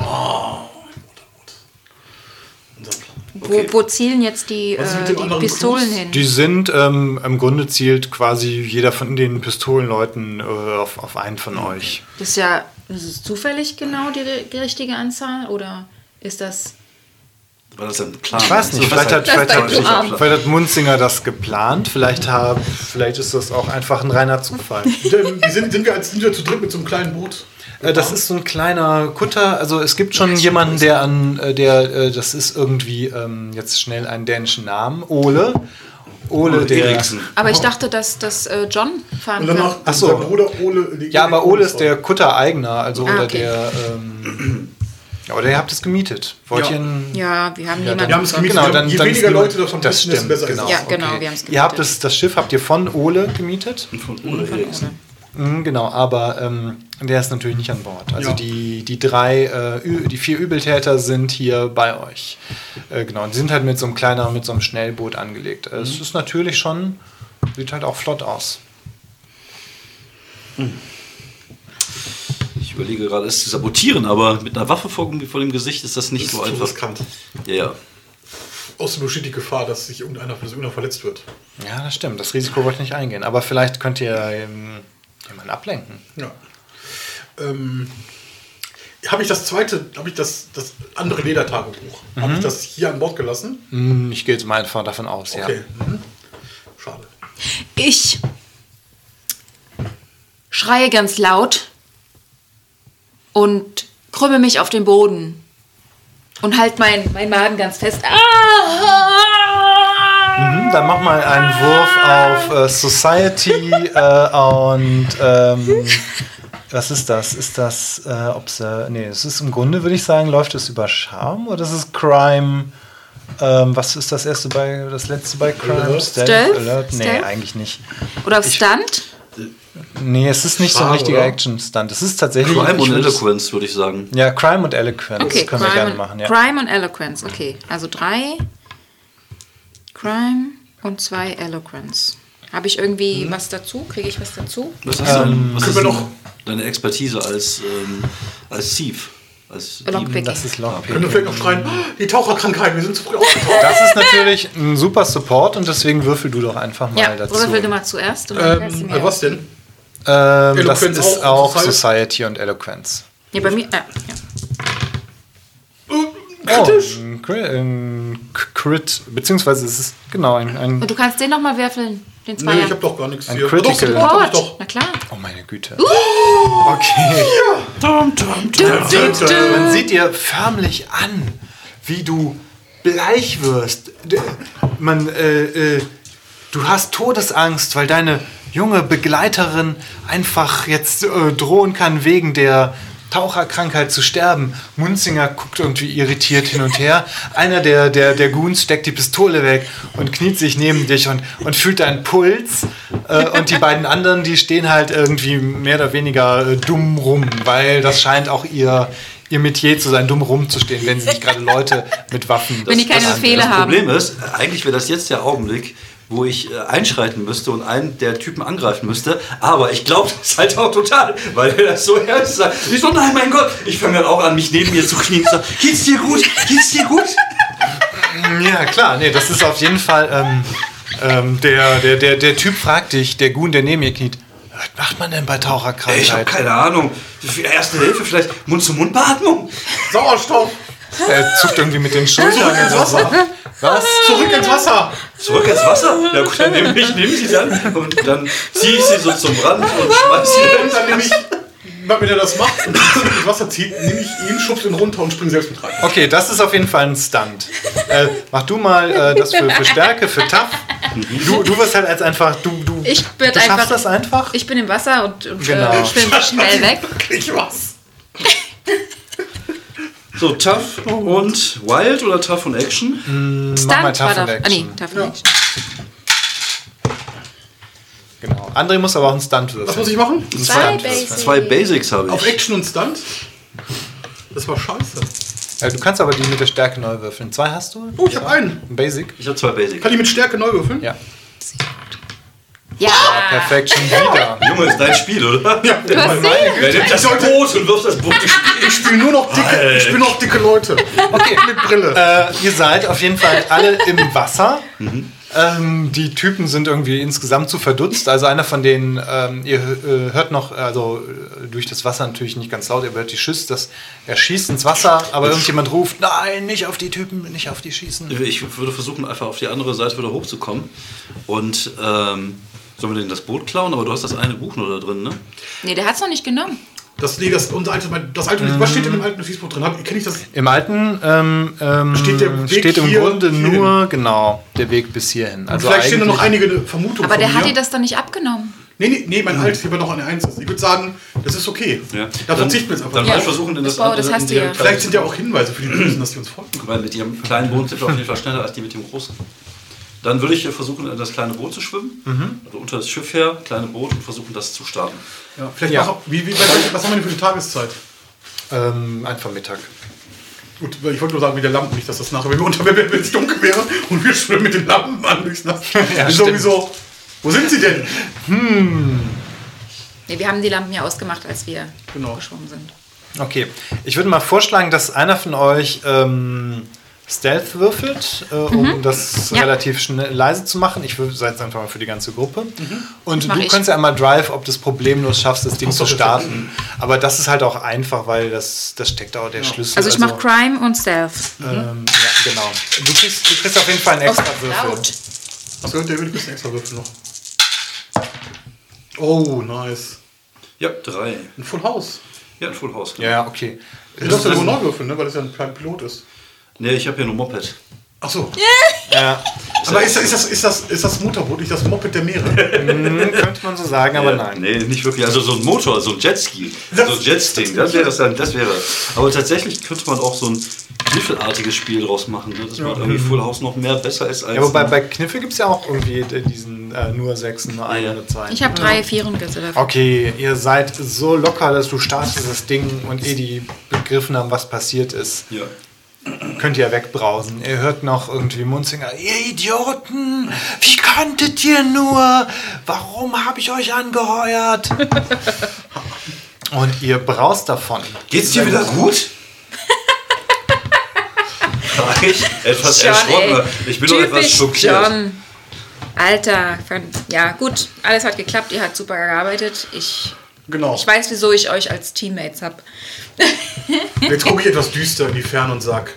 E: Unser Plan.
D: okay.
C: Wo, wo zielen jetzt die,
E: Was ist
C: äh,
E: mit den
C: die
E: anderen
C: Pistolen
E: Crews?
C: hin?
B: Die sind ähm, im Grunde zielt quasi jeder von den Pistolenleuten äh, auf, auf einen von euch.
C: Das ist ja ist es zufällig genau die, die richtige Anzahl oder ist das
D: War das ein Plan?
B: Ich weiß nicht,
D: Also, was
B: vielleicht hat,
D: heißt-
B: vielleicht,
C: Das
B: hat,
C: ist dein Plan.
B: vielleicht hat Munzinger das geplant, vielleicht, haben, vielleicht ist das auch einfach ein reiner Zufall.
E: Ähm, die sind, sind, wir als, sind wir zu dritt mit so einem kleinen Boot?
B: Äh, Das ist so ein kleiner Kutter. Also es gibt schon jemanden, der an, äh, der, äh, das ist irgendwie ähm, jetzt schnell einen dänischen Namen, Ole. Ole,
D: Ole
B: der.
D: Eriksen.
C: Aber ich dachte, dass, dass äh, John fahren
E: Und dann
C: kann.
E: noch
B: Ach so.
E: unser Bruder Ole. die-
B: Ja, aber
E: Oh.
B: Ole ist der Kutter-Eigner, also
C: Ah,
B: oder
C: okay.
B: der. Ähm, ja, oder ihr habt es gemietet. Wollt
E: Ja.
B: ihr einen,
C: Ja, wir haben
E: Wir haben
C: niemanden.
E: es gemietet.
B: Genau, dann,
E: Je
B: dann
E: weniger
B: ist niemand-
E: Leute davon
B: das
E: wissen, desto
B: stimmt,
E: besser ist
B: genau.
E: es.
C: Ja, genau, wir haben es
B: Ihr habt
C: gemietet.
B: das, das Schiff habt ihr von Ole gemietet?
D: Von Ole Eriksen.
B: Mhm, Genau, aber ähm, der ist natürlich nicht an Bord. Also
E: Ja.
B: die, die drei, äh, Ü- die vier Übeltäter sind hier bei euch. Äh, genau, die sind halt mit so einem kleineren, mit so einem Schnellboot angelegt. Äh,
E: Mhm.
B: Es ist natürlich schon, sieht halt auch flott aus.
D: Ich überlege gerade, es zu sabotieren, aber mit einer Waffe vor, vor dem Gesicht ist das nicht
E: Das ist
D: so
E: zu
D: einfach.
E: riskant.
D: Ja, ja.
E: Außerdem besteht die Gefahr, dass sich irgendeiner, dass irgendeiner verletzt wird.
B: Ja, das stimmt. Das Risiko wollte ich nicht eingehen. Aber vielleicht könnt ihr ähm, jemanden ablenken.
E: Ja. Ähm, habe ich das zweite, habe ich das, das andere Ledertagebuch, habe
B: Mhm.
E: ich das hier an Bord gelassen?
B: Hm, Ich gehe jetzt mal einfach davon aus,
E: Mhm. Okay. Mhm. Schade.
C: Ich schreie ganz laut und krümme mich auf den Boden und halt meinen mein Magen ganz fest. Ah!
B: ja. Mhm, dann mach mal einen Wurf auf äh, Society äh, und ähm, was ist das? Ist das, äh, ob's, äh, nee, es ist im Grunde, würde ich sagen, läuft es über Charme oder ist es Crime? Ähm, was ist das erste bei, das letzte bei Crime?
E: Alert.
C: Stealth?
B: Alert? Nee,
C: Stealth?
B: eigentlich nicht.
C: Oder auf Stunt?
B: Nee, es ist nicht so ein
E: Charme,
B: richtiger
E: oder?
B: Action-Stunt. Es ist tatsächlich.
D: Crime
B: ich
D: und
B: würd's-
D: Eloquence, würde ich sagen.
B: Ja, Crime und Eloquence
C: Okay,
B: können wir
C: Crime
B: gerne
C: und-
B: machen. Ja.
C: Crime und Eloquence, okay. Also drei Crime und zwei Eloquence. Habe ich irgendwie
B: Mhm.
C: was dazu? Kriege ich was dazu?
B: Ähm,
D: Was ist, denn, was
E: können
D: ist
E: wir
D: denn
E: noch-
D: deine Expertise als, ähm, als Thief? Als Dieb?
C: Lockpicking.
B: Das ist
E: Können wir
B: Lockpicking.
E: vielleicht noch schreien, "Ah, die Taucherkrankheit, wir sind zu früh aufgetaucht.
B: Das ist natürlich ein super Support und deswegen würfel du doch einfach mal
C: ja,
B: dazu.
C: Würfel gemacht zuerst. Und dann kannst du
E: ähm,
C: mir-
E: äh, was denn?
B: Ähm, das
E: Eloquence
B: ist auch
E: auch, Society.
B: Society und Eloquence.
C: Ja, bei mir. Äh, ja.
B: Kritisch. Oh, ein Cri- ein K- Crit, beziehungsweise es ist genau ein, ein
C: Und du kannst den nochmal würfeln, den Zweier.
E: Nee, ich habe doch gar nichts
B: Ein
E: hier.
B: Critical.
E: Doch, doch,
C: Gott,
E: Äh, doch, doch.
C: na klar.
B: Oh meine Güte. Okay. Man sieht dir förmlich an, wie du bleich wirst. D- Man, äh, äh, du hast Todesangst, weil deine junge Begleiterin einfach jetzt äh, drohen kann, wegen der Taucherkrankheit zu sterben. Munzinger guckt irgendwie irritiert hin und her. Einer der, der, der Goons steckt die Pistole weg und kniet sich neben dich und, und fühlt deinen Puls. Äh, und die beiden anderen, die stehen halt irgendwie mehr oder weniger äh, dumm rum, weil das scheint auch ihr, ihr Metier zu sein, dumm rumzustehen, wenn sie nicht gerade Leute mit Waffen.
C: Wenn die keine
B: das-
C: Befehle
D: das
C: haben.
D: Problem ist, eigentlich wäre das jetzt der Augenblick, wo ich äh, einschreiten müsste und einen der Typen angreifen müsste. Aber ich glaube, das ist halt auch total, weil er das so ernst sagt. Ich so, nein, mein Gott. Ich fange dann auch an, mich neben mir zu knien und sage, geht's dir gut? Geht's dir gut?
B: Ja, klar, nee, das ist auf jeden Fall. Ähm, ähm, der, der, der, der Typ fragt dich, der Gun, der neben mir kniet, was macht man denn bei Taucherkrankheit?
D: Ich habe keine Ahnung. Erste Hilfe vielleicht, Mund-zu-Mund-Beatmung.
E: Sauerstoff,
B: Er zuckt irgendwie mit den Schultern und so. Was?
E: zurück ins Wasser.
D: Zurück ins Wasser. Ja gut, dann nehme ich, nehm ich sie dann und dann ziehe ich sie so zum Rand und schmeiß sie dann.
E: Und dann nehme ich, wenn er das macht und zurück ins Wasser zieht, nehme ich ihn, schubst ihn runter und springe selbst mit rein.
B: Okay, das ist auf jeden Fall ein Stunt. Äh, mach du mal äh, das für, für Stärke, für Tough. Du, du wirst halt als einfach, du, du,
C: Ich
B: du
C: werd
B: schaffst
C: einfach-
B: das einfach.
C: Ich bin im Wasser und, und
B: Genau.
C: äh, schwimme schnell weg.
E: Wirklich was.
D: So, tough und wild oder tough und action?
E: Mhm.
B: Mach mal
C: Stunt
B: Tough
C: war da.
B: und
C: Ah, nee,
B: Action.
C: Tough
E: Ja.
C: und Action.
B: Genau. André muss aber auch einen Stunt würfeln.
E: Was muss ich machen?
B: Einen
C: Zwei
B: Stunt Also, würfeln.
C: Basic.
D: Zwei Basics habe
E: Auf
D: ich.
E: Action und Stunt? Das war scheiße.
B: Äh, du kannst aber die mit der Stärke neu würfeln. Zwei hast du?
E: Oh, ich habe einen.
B: Ein Basic.
D: Ich habe zwei Basics.
E: Kann ich mit Stärke neu würfeln?
C: Ah.
B: Ja.
C: Ja,
B: Perfekt, schon wieder.
D: Junge, ist dein Spiel, oder? Ja.
E: Du
C: hast
E: meine
D: Wer nimmt das Boot und wirft das Boot ins Spiel?
E: Ich spiele nur noch dicke, ich spiel nur noch dicke Leute. Okay. Mit Brille.
B: Äh, ihr seid auf jeden Fall alle im Wasser. Ähm, die Typen sind irgendwie insgesamt zu verdutzt. Also einer von denen, ähm, ihr äh, hört noch, also äh, durch das Wasser natürlich nicht ganz laut, ihr hört die Schüsse, dass er schießt ins Wasser, aber irgendjemand ruft, nein, nicht auf die Typen, nicht auf die schießen.
D: Ich würde versuchen, einfach auf die andere Seite wieder hochzukommen. Und ähm, sollen wir denn das Boot klauen? Aber du hast das eine Buch nur da drin, ne?
C: Nee, der hat es noch nicht genommen.
E: Das, nee, das, unser altes, mein- das alte, was steht in dem alten Notizbuch drin? Hab- Kenn ich
D: Also
E: das?
B: Im alten ähm, ähm,
E: Steht der Weg
B: steht im
E: hier-
B: Grunde
E: hierhin.
B: nur genau der Weg bis hierhin. Also
E: Vielleicht stehen da noch
B: eigentlich-
E: einige Vermutungen.
C: Aber
E: von
C: der
E: mir.
C: hat dir das dann nicht abgenommen.
E: Nee, nee, nee mein altes, hier war noch eine Eins. Ich würde sagen, das ist okay. Da verzichten wir jetzt einfach
D: Dann
E: drauf.
D: mal versuchen, in
C: Das
D: das,
C: war- das
D: in
C: hast
D: die-
C: du ja.
E: Vielleicht sind ja auch Hinweise für die Bösen, dass die uns folgen.
D: Weil mit ihrem kleinen Boot sind wir auf jeden Fall schneller als die mit dem großen. Dann würde ich äh, versuchen, in das kleine Boot zu schwimmen.
E: Mhm.
D: Also unter das Schiff her, kleine Boot und versuchen, das zu starten.
E: Ja, vielleicht
B: Ja.
E: Mach, auch- wie, wie, was was haben wir denn für eine Tageszeit?
B: Ähm, einfach Mittag.
E: Gut, weil ich wollte nur sagen, wie der Lampen, nicht, dass das nachher, wenn wir unter wenn es dunkel wäre und wir schwimmen mit den Lampen an durchs Nass. ja,
B: stimmt.
E: sowieso. Wo sind sie denn?
C: Nee, wir haben die Lampen ja ausgemacht, als wir
E: Genau.
C: geschwommen sind.
B: Okay. Ich würde mal vorschlagen, dass einer von euch ähm, Stealth würfelt, äh, um das
C: Mhm. Ja.
B: relativ schnell leise zu machen. Ich wür- sei jetzt einfach mal für die ganze Gruppe. Und
C: Mhm. mach
B: du
C: ich.
B: kannst ja einmal Drive, ob du es problemlos schaffst, das Ding zu starten. Aber das ist halt auch einfach, weil das, das steckt auch
D: Genau.
B: der Schlüssel.
C: Also ich hm? mache Crime und Stealth.
B: ähm, ja, genau. Du kriegst, du kriegst auf jeden Fall einen extra Würfel.
C: laut.
E: Was gehört der will ein bisschen extra Würfel noch? Oh, nice.
D: Ja, drei.
E: Ein Full House.
D: Ja, ein Full House.
B: Ja, ja, okay.
E: Du darfst ja nur neu würfeln, ne? weil das ja ein kleiner Pilot ist.
D: Nee, ich habe hier nur Moped.
E: Ach so.
B: Ja,
E: Aber ist, das- ist, das, ist, das, ist das Motorboot nicht das Moped der Meere?
B: hm, könnte man so sagen, aber
D: Ja,
B: nein.
D: Äh, Nee, nicht wirklich. Also so ein Motor, so ein Jetski, so ein Jetsting, das wäre das dann, das wäre. Aber tatsächlich könnte man auch so ein kniffelartiges Spiel draus machen, ne? dass man irgendwie Full House noch mehr besser ist als.
B: Ja, wobei bei Kniffel gibt es ja auch irgendwie diesen äh, nur Sechsen, nur eine
D: Ja, ja.
B: oder zwei.
C: Ich habe drei Vieren gezählt.
B: Oh, Okay, ihr seid so locker, dass du startest das Ding und eh die begriffen haben, was passiert ist.
D: ja.
B: Könnt ihr wegbrausen. Ihr hört noch irgendwie Munzinger, ihr Idioten, wie konntet ihr nur? Warum habe ich euch angeheuert? und ihr braust davon.
D: Geht's dir wieder gut? War ich etwas
C: John,
D: erschrocken.
C: ey.
D: äh, Ich bin doch etwas
C: Typisch
D: schockiert.
C: John. Alter, fand- ja gut, alles hat geklappt, ihr habt super gearbeitet. Ich,
E: Genau.
C: ich weiß, wieso ich euch als Teammates hab.
E: Jetzt gucke ich etwas düster in die Ferne und sag,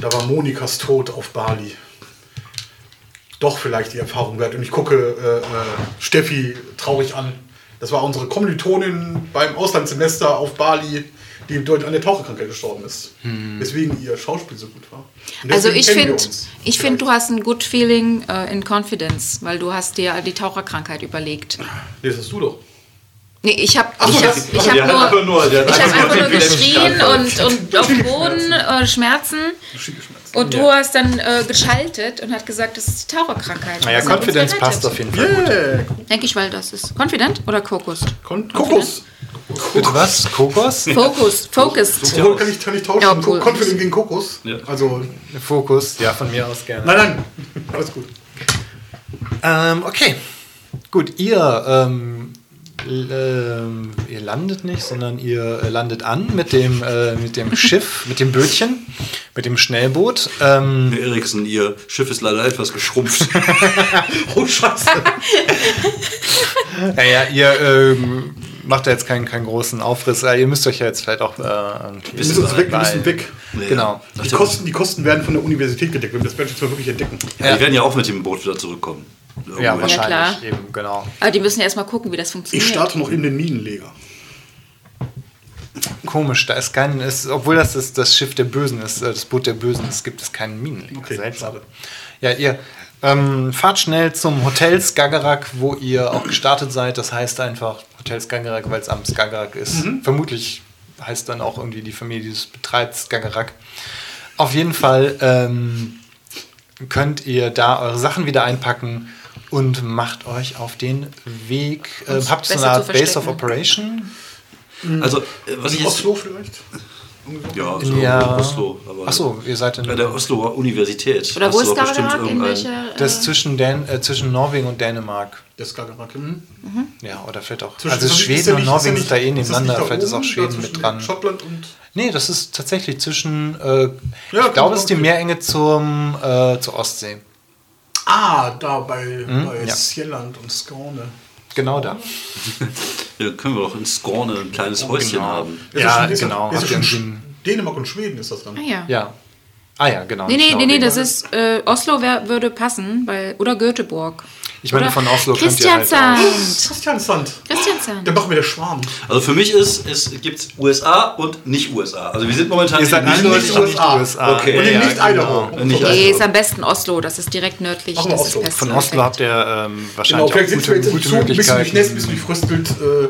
E: da war Monikas Tod auf Bali. Doch vielleicht die Erfahrung wert. Und ich gucke äh, äh, Steffi traurig an. Das war unsere Kommilitonin beim Auslandssemester auf Bali, die dort an der Taucherkrankheit gestorben ist. Deswegen ihr Schauspiel so gut war. Und
C: Also
E: deswegen
C: ich
E: kennen wir
C: finde,
E: uns
C: ich find, du
E: vielleicht.
C: hast ein good feeling äh, in confidence, weil du hast dir die Taucherkrankheit überlegt.
E: Nee, das hast du doch.
C: Nee, ich habe
E: Ach so,
C: ich hab,
E: das-
C: ich
E: ach,
C: hab
D: der hat einfach
C: nur,
D: nur- der hat
C: ich hab
D: einfach
C: einfach
D: nur
C: nur
D: den
C: geschrien und,
D: Widerstand.
C: und auf dem Boden äh, Schmerzen. Und du hast dann äh, geschaltet und hat gesagt, das ist die Taucherkrankheit.
B: Naja,
C: Das hat uns
B: Confidence
C: gerettet.
B: passt auf jeden Fall.
E: Yeah.
C: Denke ich, weil das ist. Confident oder Kokos?
E: Kon Kokos.
B: Bitte was? Kokos?
C: Focus, Focus.
E: Obwohl, kann ich, kann ich tauschen.
C: Ja,
E: Ko-
C: cool.
E: Confident gegen Kokos.
D: Ja.
E: Also,
B: Fokus, ja, von mir aus gerne.
E: nein, nein. Alles gut.
B: Ähm, okay. Gut, ihr, ähm, l- ähm, ihr landet nicht, sondern ihr äh, landet an mit dem, äh, mit dem Schiff, mit dem Bötchen, mit dem Schnellboot. Ähm,
D: Herr Eriksen, Ihr Schiff ist leider etwas geschrumpft.
E: Oh, Scheiße.
B: naja, ihr ähm, macht da jetzt keinen, keinen großen Aufriss. Äh, ihr müsst euch ja jetzt vielleicht auch. Äh,
E: Wir müssen uns weg, wir müssen weg.
B: Genau.
D: Ja.
E: Die Kosten, die Kosten werden von der Universität gedeckt, wenn wir das Manchester wirklich entdecken.
D: Ja. Die werden ja auch mit dem Boot wieder zurückkommen. Oh Irgendwo
B: Ja,
D: hin.
B: wahrscheinlich.
C: klar.
B: Eben, genau.
C: Aber Ah, die müssen ja erstmal gucken, wie das funktioniert.
E: Ich starte noch in den Minenleger.
B: Komisch, da ist kein. Ist, obwohl das ist, das Schiff der Bösen ist, äh, das Boot der Bösen ist, gibt es keinen Minenleger.
E: Okay,
B: Seltsam.
E: schade.
B: Ja, ihr ähm, fahrt schnell zum Hotel Skagerrak, wo ihr auch gestartet seid. Das heißt einfach Hotel Skagerrak, weil es am Skagerrak ist.
E: Mhm.
B: Vermutlich heißt dann auch irgendwie die Familie, die es betreibt, Skagerrak. Auf jeden Fall ähm, könnt ihr da eure Sachen wieder einpacken und macht euch auf den Weg. Ähm, habt so eine
C: besser zu
B: Art Base of
C: verstecken.
B: Operation?
D: Also, äh, was ich jetzt.
E: Oslo vielleicht?
D: Ja,
E: Also
D: so
B: Ja.
D: Oslo. aber-
B: Ach so, ihr seid in-
D: Bei der Osloer Universität.
C: oder wo
D: Hast
C: ist
D: du doch bestimmt
C: Skagerrak? In
D: irgendein-
C: welcher?
B: Das
C: äh,
B: ist zwischen, Dän äh, zwischen Norwegen und Dänemark.
E: Der Skagerrak. Mhm.
B: Ja, oder vielleicht auch.
E: Zwischen-
B: also
E: ist
B: Schweden
E: der
B: und
E: nicht-
B: Norwegen
E: der
B: ist da eh
E: nicht- das
B: nebeneinander.
E: nicht da
B: vielleicht ist auch
E: oben,
B: Schweden
E: da
B: mit
E: zwischen
B: dran.
E: Schottland und.
B: Nee, das ist tatsächlich zwischen. Äh,
E: Ja,
B: ich glaube, es ist die
E: okay.
B: Meerenge zum, äh, zur Ostsee.
E: Ah, da bei, bei
B: Hm? ja.
E: Sjelland und Skåne.
B: Genau da.
D: Ja, können wir doch in Skorne ein kleines
B: Genau.
D: Häuschen haben.
E: Das
B: Ja,
E: ist schon-
B: genau.
E: Das
B: Habt
E: ist
B: ihr
E: schon
B: einen-
E: Sch- Dänemark und Schweden ist das dann.
C: Ah ja.
B: Ja. Ah ja, genau.
C: Nee, nee,
B: Genau,
C: nee, nee,
B: den-
C: das ist äh, Oslo wär, würde passen, weil oder Göteborg.
B: Ich meine,
C: oder
B: von Oslo könnt ihr halt Genau.
C: Kristiansand.
E: Christian Sand.
C: Kristiansand.
E: Da machen wir der Schwarm.
D: Also für mich ist, es gibt USA und nicht USA. Also wir sind momentan
B: Ihr seid
D: nicht-
B: eindeutig
D: nicht-
B: nicht USA.
D: Okay.
E: Und
D: Ja,
E: den nicht
B: genau.
E: Idaho. Genau,
D: Äh, Nicht
C: Nee, ist
D: Idaho.
C: am besten Oslo, das ist direkt nördlich.
E: Machen wir
C: Das ist
E: Oslo.
B: Von
C: best
B: Oslo habt ihr ähm, wahrscheinlich
E: vielleicht
B: auch
E: sitzen
B: gute,
E: wir Genau, jetzt im
B: gute
E: Zug, bis du dich nässt,
B: Möglichkeiten.
E: bis du dich fröstelt. Äh,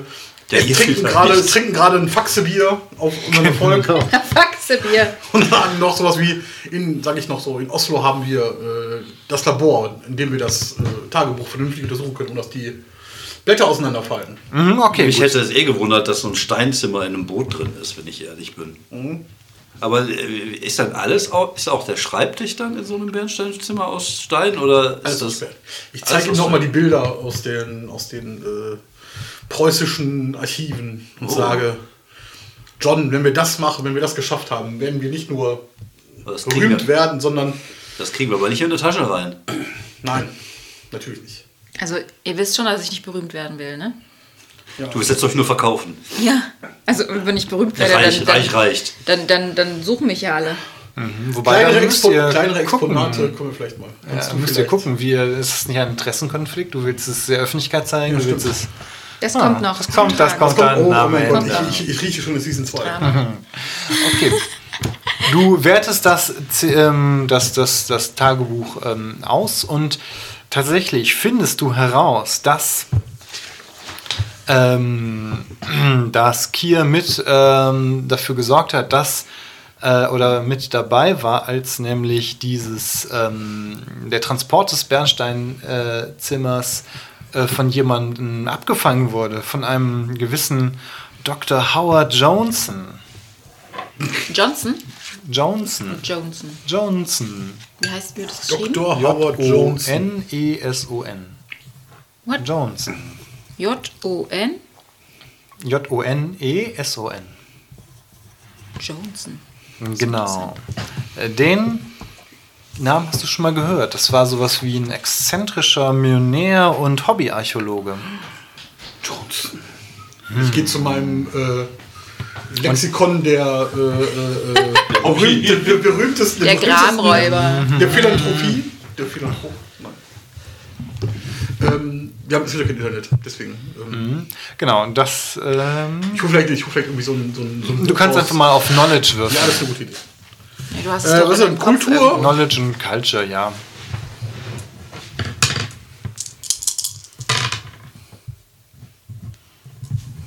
D: Ja, ihr
E: trinken
D: vielleicht
E: gerade,
D: nicht.
E: trinken gerade ein Faxebier auf unseren
B: Genau.
E: Erfolg.
C: Faxebier.
E: Und haben noch sowas wie, in, sag ich noch so, in Oslo haben wir äh, das Labor, in dem wir das äh, Tagebuch vernünftig untersuchen können, ohne dass die Blätter auseinanderfallen.
B: Mhm, okay,
D: Mich
B: gut.
D: hätte es eh gewundert, dass so ein Steinzimmer in einem Boot drin ist, wenn ich ehrlich bin.
B: Mhm.
D: Aber äh, ist dann alles auch, ist auch der Schreibtisch dann in so einem Bernsteinzimmer aus Stein oder ist
E: Also,
D: das?
E: ich zeige Ihnen
D: alles aus
E: nochmal die
D: Stein?
E: Bilder aus den, aus den äh, preußischen Archiven und
D: Oh.
E: sage, John, wenn wir das machen, wenn wir das geschafft haben, werden wir nicht nur
D: Das kriegen,
E: berühmt
D: wir,
E: werden, sondern
D: das kriegen wir aber nicht in der Tasche rein.
E: nein, natürlich nicht.
C: Also, ihr wisst schon, dass ich nicht berühmt werden will, ne?
D: Du willst jetzt euch nur verkaufen.
C: Ja. Also, wenn ich berühmt werde,
D: Reich,
C: dann, dann,
D: reich, reicht.
C: Dann, dann, dann suchen mich ja alle.
B: Wobei,
E: Kleinere,
B: dann müsst
E: Expo
B: ihr
E: kleinere
B: gucken.
E: Exponate können wir vielleicht mal.
B: Ja,
E: Kannst du
B: dann Äh, müsst ihr
E: vielleicht-
B: gucken, wie, ihr- ist es nicht ein Interessenkonflikt? Du willst es der Öffentlichkeit zeigen,
E: Ja,
B: du willst
E: stimmt.
B: es.
C: Das
B: Ah,
C: kommt noch.
B: das
C: zum
B: kommt, das
C: Tragen.
B: kommt.
E: Oh, oh
B: Name
E: mein Gott,
B: ändern.
E: ich, ich, ich rieche schon in Season 2.
B: Okay. Du wertest das, Z- ähm, das, das, das Tagebuch ähm, aus und tatsächlich findest du heraus, dass, ähm, dass Kier mit ähm, dafür gesorgt hat, dass äh, oder mit dabei war, als nämlich dieses ähm, der Transport des Bernsteinzimmers äh, Zimmers, äh, von jemandem abgefangen wurde, von einem gewissen Dr. Howard Johnson.
C: Johnson?
B: Johnson.
C: Johnson.
B: Johnson. E
C: Wie heißt mir das geschrieben?
E: Dr. Howard Jones.
B: N-E-S-O-N.
C: What?
B: Johnson.
C: J-O-N?
B: E J-O-N-E-S-O-N.
C: Johnson.
B: Genau. Äh, Den Namen hast du schon mal gehört. Das war sowas wie ein exzentrischer Millionär und Hobbyarchäologe.
E: Johnson. Ich gehe zu meinem äh, Lexikon der, äh, äh, äh, berühmt, der, der berühmtesten.
C: Der
E: berühmtesten-
C: Gramräuber.
E: Der Philanthropie. Der Philanthrop. Nein. Ähm, wir haben sicher kein Internet, deswegen. Ähm,
B: Genau, und das. Ähm,
E: ich rufe vielleicht, ich rufe vielleicht irgendwie so einen. So einen, so einen
B: du kannst einfach mal Äh, auf Knowledge
E: Ja,
B: wirfen.
E: das ist eine gute Idee.
C: Ja, du hast es
E: Äh,
C: doch
E: was ist
C: in
E: denn?
C: deinem Kopf
E: Kultur?
C: irgendwo.
B: Knowledge and Culture, ja.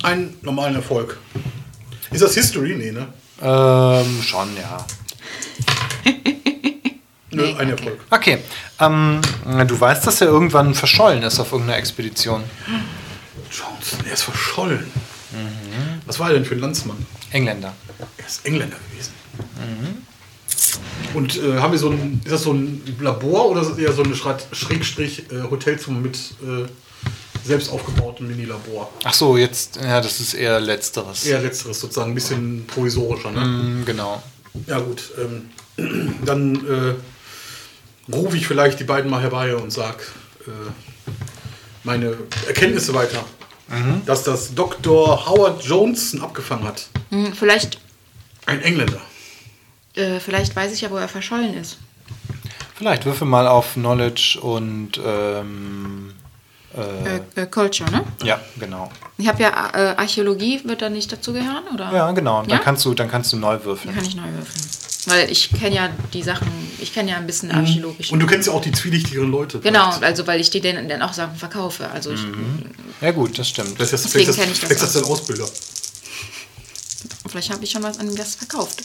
E: Einen normalen Erfolg. Ist das History? Nee, ne?
B: Ähm, schon, ja.
E: Nö,
C: Nee, okay.
E: ein Erfolg.
B: Okay. Ähm, du weißt, dass er irgendwann verschollen ist auf irgendeiner Expedition.
E: Johnson, er ist verschollen. Was war er denn für ein Landsmann?
B: Engländer.
E: Er ist Engländer gewesen. Und äh, haben wir so ein, ist das so ein Labor oder ist das eher so eine Schrad- Schrägstrich äh, Hotelzimmer mit äh, selbst aufgebautem Mini-Labor?
B: Ach so, jetzt, ja, das ist eher letzteres.
E: Eher letzteres sozusagen, ein bisschen provisorischer. Ne?
B: Mm, Genau.
E: Ja gut, ähm, dann äh, rufe ich vielleicht die beiden mal herbei und sage äh, meine Erkenntnisse weiter. Dass das Dr. Howard Johnson abgefangen hat.
C: Hm, vielleicht,
E: Ein Engländer.
C: äh, vielleicht weiß ich ja, wo er verschollen ist.
B: Vielleicht würfel mal auf Knowledge und ähm, äh,
C: Äh, äh, Culture, ne?
B: ja, genau.
C: Ich habe ja äh, Archäologie, wird da nicht dazugehören, oder?
B: Ja, genau. Dann
C: Ja?
B: kannst du, dann kannst du neu
C: Dann
B: würfeln.
C: kann ich neu würfeln. Weil ich kenne ja die Sachen, ich kenne ja ein
B: Mhm.
C: bisschen archäologisch.
E: Und du kennst ja auch die zwielichtigeren Leute.
C: genau,
E: vielleicht.
C: also weil ich die dann, dann auch Sachen verkaufe. Also ich,
B: Mhm. Ja gut, das stimmt.
E: Das ist ja
C: Deswegen
E: vielleicht, das,
C: kenn ich das
E: vielleicht ist das
C: auch.
E: dein Ausbilder.
C: vielleicht habe ich schon was an das verkauft.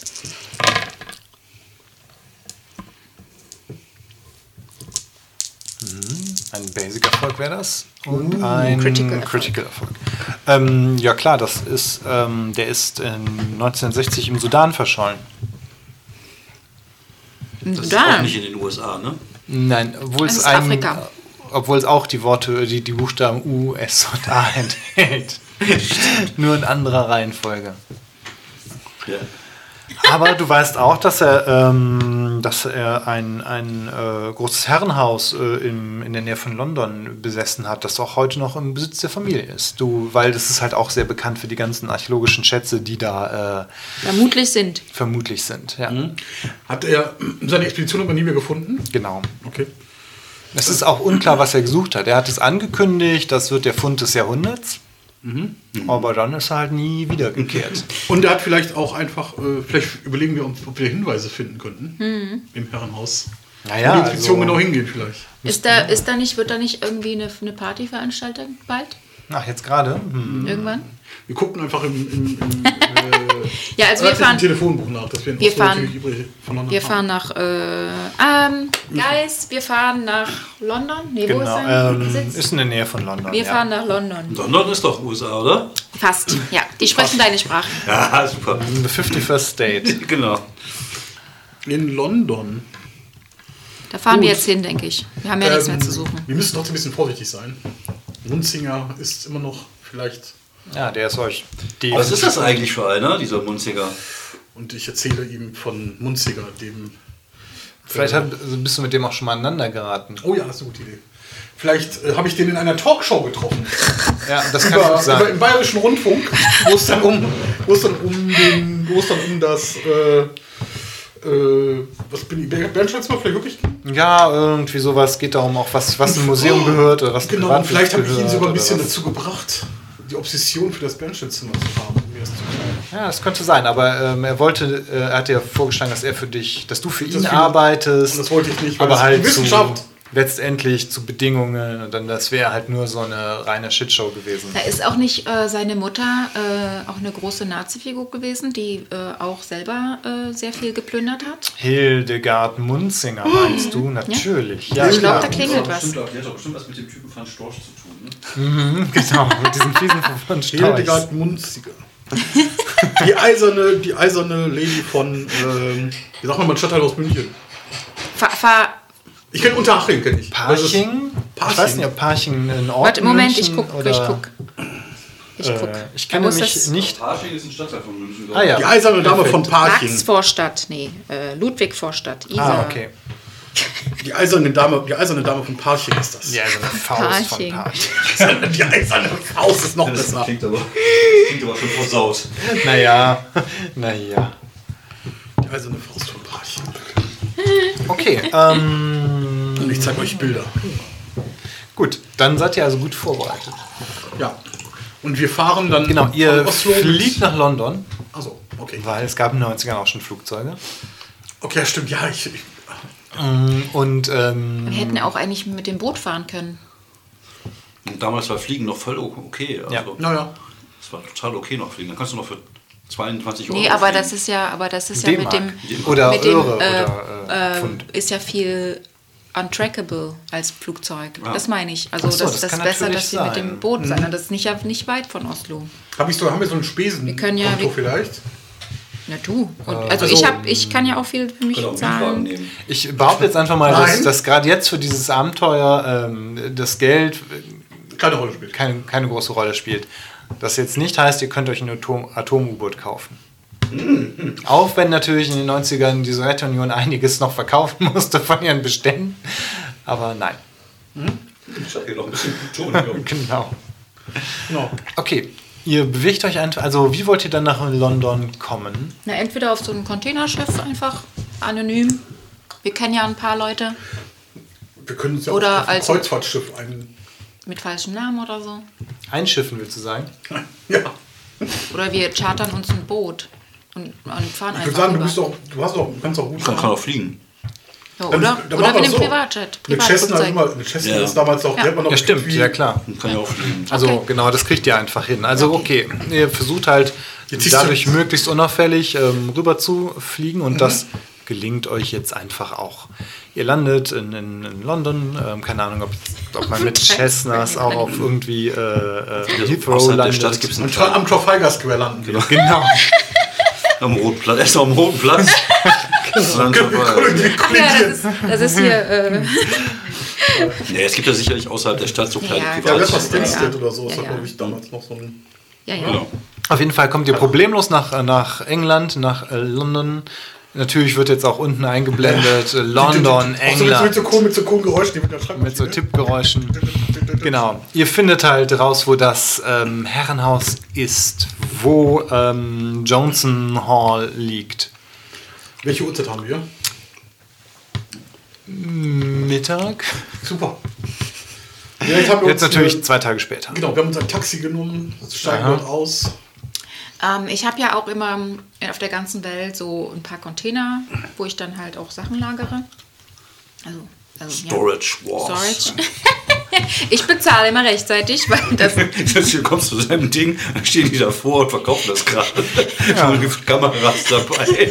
B: Ein Basic-Erfolg wäre das
E: Uh,
B: und ein
C: Critical-Erfolg.
B: Critical-Erfolg. ähm, ja klar, das ist, ähm, der ist in 1960 im Sudan verschollen.
D: Das ist auch
C: Da.
D: nicht in den USA, ne?
B: Nein, obwohl
C: Das
B: es
C: ist
B: ein,
C: Afrika.
B: obwohl es auch die Worte, die, die Buchstaben U, S und A enthält. Nur in anderer Reihenfolge.
D: Ja.
B: Aber du weißt auch, dass er, ähm, dass er ein, ein äh, großes Herrenhaus äh, im, in der Nähe von London besessen hat, das auch heute noch im Besitz der Familie ist. Du, weil das ist halt auch sehr bekannt für die ganzen archäologischen Schätze, die da äh,
C: Vermutlich sind.
B: vermutlich sind. Ja,
E: Hat er seine Expedition aber nie mehr gefunden?
B: genau.
E: Okay.
B: Es ist auch unklar, was er gesucht hat. Er hat es angekündigt, das wird der Fund des Jahrhunderts. Aber dann ist er halt nie wiedergekehrt.
E: Und er hat vielleicht auch einfach, äh, vielleicht überlegen wir uns, ob wir Hinweise finden könnten
C: Hm.
E: im Herrenhaus.
B: Naja,
E: Wo die Expedition
B: also-
E: genau hingehen vielleicht.
C: Ist da, ist da nicht, wird da nicht irgendwie eine, eine Party veranstaltet bald?
B: Ach, jetzt gerade? Hm.
C: Irgendwann?
E: Wir gucken einfach im, im, im, äh,
C: Ja, also wir
E: örtlichen
C: fahren,
E: Telefonbuch nach, dass wir in
C: wir
E: Oslo
C: fahren-
E: natürlich übrig voneinander
C: wir fahren nach, äh, ähm, Guys, wir fahren nach London. Nee, wo ist
B: Genau.
C: sein
B: Ähm,
C: Sitz?
B: ist in der Nähe von London.
C: wir
B: ja.
C: fahren nach London.
D: London ist doch USA, oder?
C: Fast, ja. Die sprechen deine Sprache.
D: Ja, super.
B: The 51st State.
D: Genau.
E: In London.
C: Da fahren wir jetzt hin, denke ich. Wir haben ja nichts
B: Ähm,
C: mehr zu suchen.
E: ähm, Wir müssen trotzdem ein bisschen vorsichtig sein. Runzinger ist immer noch vielleicht.
B: Ja, der ist euch. Die
D: Was ist das eigentlich für einer, dieser Munziger?
E: Und ich erzähle ihm von Munziger, dem.
B: Vielleicht hat, also bist du mit dem auch schon mal aneinander geraten.
E: Oh ja, das ist eine gute Idee. Vielleicht äh, habe ich den in einer Talkshow getroffen.
B: Ja, das kann
E: über,
B: gut
E: über im
B: sein.
E: Bayerischen Rundfunk, wo es dann um, wo es dann um, den, wo es dann um das. Äh, äh, was bin ich? Ber- Bernstein mal vielleicht wirklich?
B: Ja, irgendwie sowas geht darum, auch was, was ein Museum gehört oder was
E: Genau, und
B: Privatbesitz
E: vielleicht habe ich ihn
B: gehört
E: sogar ein
B: oder
E: bisschen
B: was.
E: dazu gebracht, die Obsession für das Bernsteinzimmer zu haben. um Mir das zu erklären.
B: Ja, das könnte sein, aber ähm, er wollte, äh, er hat ja vorgeschlagen, dass er für dich, dass du für ihn
E: für ihn-
B: arbeitest.
E: Und das wollte ich nicht, weil
B: aber
E: das ist
B: halt
E: die Wissenschaft.
B: Zu, letztendlich zu Bedingungen und dann das wäre halt nur so eine reine Shitshow gewesen.
C: Da ist auch nicht äh, seine Mutter äh, auch eine große Nazi-Figur gewesen, die äh, auch selber äh, sehr viel geplündert hat.
B: Hildegard Munzinger meinst du? Natürlich. Ja,
C: Ich glaube,
B: klar.
C: da klingelt was.
D: Der hat doch bestimmt was mit dem Typen von Storch zu tun. Ne?
B: Genau, mit diesen fiesen von Storch.
E: Hildegard Munziger. die, eiserne, die eiserne Lady von, ähm, wie sagt man, mein Stadtteil aus München.
C: Fa fa
E: Ich kenne Unterhaching, kenne ich.
B: Parching?
E: Parching.
B: Ich weiß nicht, ob Parching ein Ort
C: Warte,
B: in
C: Moment, ich
B: München
C: guck,
B: oder-
C: ich guck. Ich guck.
B: Äh, ich
C: Da
B: kenne
C: muss
B: mich
C: das-
B: nicht.
D: Parching ist ein Stadtteil von München. glaub
B: Ah ja.
E: Die eiserne Dame
B: Perfekt.
E: von Parching.
C: Maxvorstadt, nee, äh, Ludwigvorstadt. Isa.
B: Ah, okay.
E: Die eiserne Dame, die eiserne Dame von Parching ist das.
B: Ja, also eine Faust
C: Parching.
B: von Parching.
E: Die eiserne Faust ist noch
D: ich. Das
E: besser.
D: klingt aber, klingt aber schon versaut.
B: Naja, naja.
E: Die eiserne Faust von Parching.
B: Okay, ähm,
E: Und ich zeige euch Bilder.
B: gut. Dann seid ihr also gut vorbereitet.
E: Ja. Und wir fahren dann
B: Genau, ihr
E: von Oslo
B: fliegt nach London,
E: Achso, okay.
B: weil es gab in den 90ern auch schon Flugzeuge.
E: Okay, ja, stimmt. Ja, ich, ich,
B: Und ähm,
C: Wir hätten ja auch eigentlich mit dem Boot fahren können.
D: Und damals war Fliegen noch voll okay. Also,
E: naja.
D: Das war total okay noch Fliegen. Dann kannst du noch für 22 Euro
C: Nee, aber
D: fliegen.
C: das ist ja, aber das ist ja mit
B: D-Mark
C: dem,
B: oder
C: mit dem
B: Öre
C: äh,
B: oder äh,
C: äh,
B: Pfund.
C: ist ja viel untrackable als Flugzeug.
D: Ja.
C: Das meine ich. Also
B: Ach so,
C: das,
B: das
C: das ist
B: kann
C: besser,
B: natürlich
C: dass wir mit
B: sein.
C: dem Boot sein.
E: Mhm.
C: Und das ist nicht, ja nicht weit von Oslo.
E: Hab ich so, haben wir so einen Spesen?
C: Wir können ja- wir-
E: vielleicht?
C: Na du. Und,
E: Äh,
C: also, ich hab, ich kann ja auch viel für mich
D: Genau, Mietwagen
C: zahlen.
D: nehmen.
B: Ich behaupte jetzt einfach mal, dass,
E: Nein.
B: dass gerade jetzt für dieses Abenteuer ähm, das Geld
E: Keine Rolle spielt.
B: keine, keine große Rolle spielt. Das jetzt nicht heißt, ihr könnt euch ein Atom- Atom-U-Boot kaufen. Auch wenn natürlich in den 90ern die Sowjetunion einiges noch verkaufen musste von ihren Beständen. Aber nein,
D: Ich hab hier noch ein bisschen Plutonium.
B: genau.
E: Genau.
B: Okay, ihr bewegt euch einfach. Also, wie wollt ihr dann nach London kommen?
C: Na, entweder auf so ein Containerschiff einfach anonym. Wir kennen ja ein paar Leute
E: Wir können uns ja
C: Oder
E: auch auf ein
C: also-
E: Kreuzfahrtschiff ein.
C: mit falschem Namen oder so.
B: Einschiffen, willst du sagen?
E: Ja.
C: Oder wir chartern uns ein Boot und, und fahren
E: Ich
C: einfach.
E: würde sagen, du,
C: rüber.
E: bist doch, du hast doch, kannst auch gut
D: Dann kann auch fliegen.
C: Ja,
E: Dann-
C: oder
E: dann
C: oder mit
E: machen wir
C: dem
E: so.
C: Privatjet.
E: Eine Cessna,
C: Privatflugzeug.
E: ist immer, eine Cessna
D: Ja.
E: ist damals auch, die hat man noch irgendwie-
B: klar.
D: Dann kann ja auch fliegen.
B: Also
C: Okay.
B: genau, das kriegt ihr einfach hin. Also okay, ihr versucht halt
E: Jetzt siehst
B: dadurch
E: du-
B: möglichst unauffällig ähm, rüber zu fliegen und das gelingt euch jetzt einfach auch. Ihr landet in, in, in London, ähm, keine Ahnung, ob, ob man mit Cessnas auch auf irgendwie äh, äh, Heathrow
D: Also Außerhalb der Stadt
B: landet.
D: gibt es
E: Am
D: einen
E: Tra- am Trafalgar Square landen. Genau.
B: Genau.
D: Am roten Platz. Erst am roten Platz. Dann vorbei.
C: Ach ja, das ist, das ist hier. Äh,
D: nee, es gibt ja sicherlich außerhalb der Stadt so kleine
C: Ja,
E: Ja,
C: Ja,
E: das war
D: Privatjets.
C: ja,
E: Stansted
C: ja.
E: oder so.
C: Ja,
E: Das war,
C: ja.
E: glaube ich, damals noch so ein.
C: Ja, ja.
D: Genau.
B: Auf jeden Fall kommt ihr problemlos nach, nach England, nach äh, London. Natürlich wird jetzt auch unten eingeblendet äh, London,
E: Auch so mit, so- mit so
B: England.
E: coolen, mit so coolen Geräuschen, die mit der Schreibmaschine.
B: Mit so Tippgeräuschen. Genau. Ihr findet halt raus, wo das ähm, Herrenhaus ist, wo ähm, Johnson Hall liegt.
E: Welche Uhrzeit haben wir?
B: Mittag.
E: Super. Ja, jetzt haben wir
B: Jetzt
E: uns,
B: natürlich
E: äh,
B: zwei Tage später.
E: Genau, wir haben uns ein Taxi genommen, steigen
B: Aha.
E: dort aus.
C: Ähm, ich habe ja auch immer ähm, auf der ganzen Welt so ein paar Container, wo ich dann halt auch Sachen lagere. Also, also
D: Storage
C: Ja.
D: Wars.
C: Storage. ich bezahle immer rechtzeitig, weil das
D: Jetzt hier kommst du zu deinem Ding, dann stehen die davor und verkaufen das gerade. Ja. Und Kameras dabei.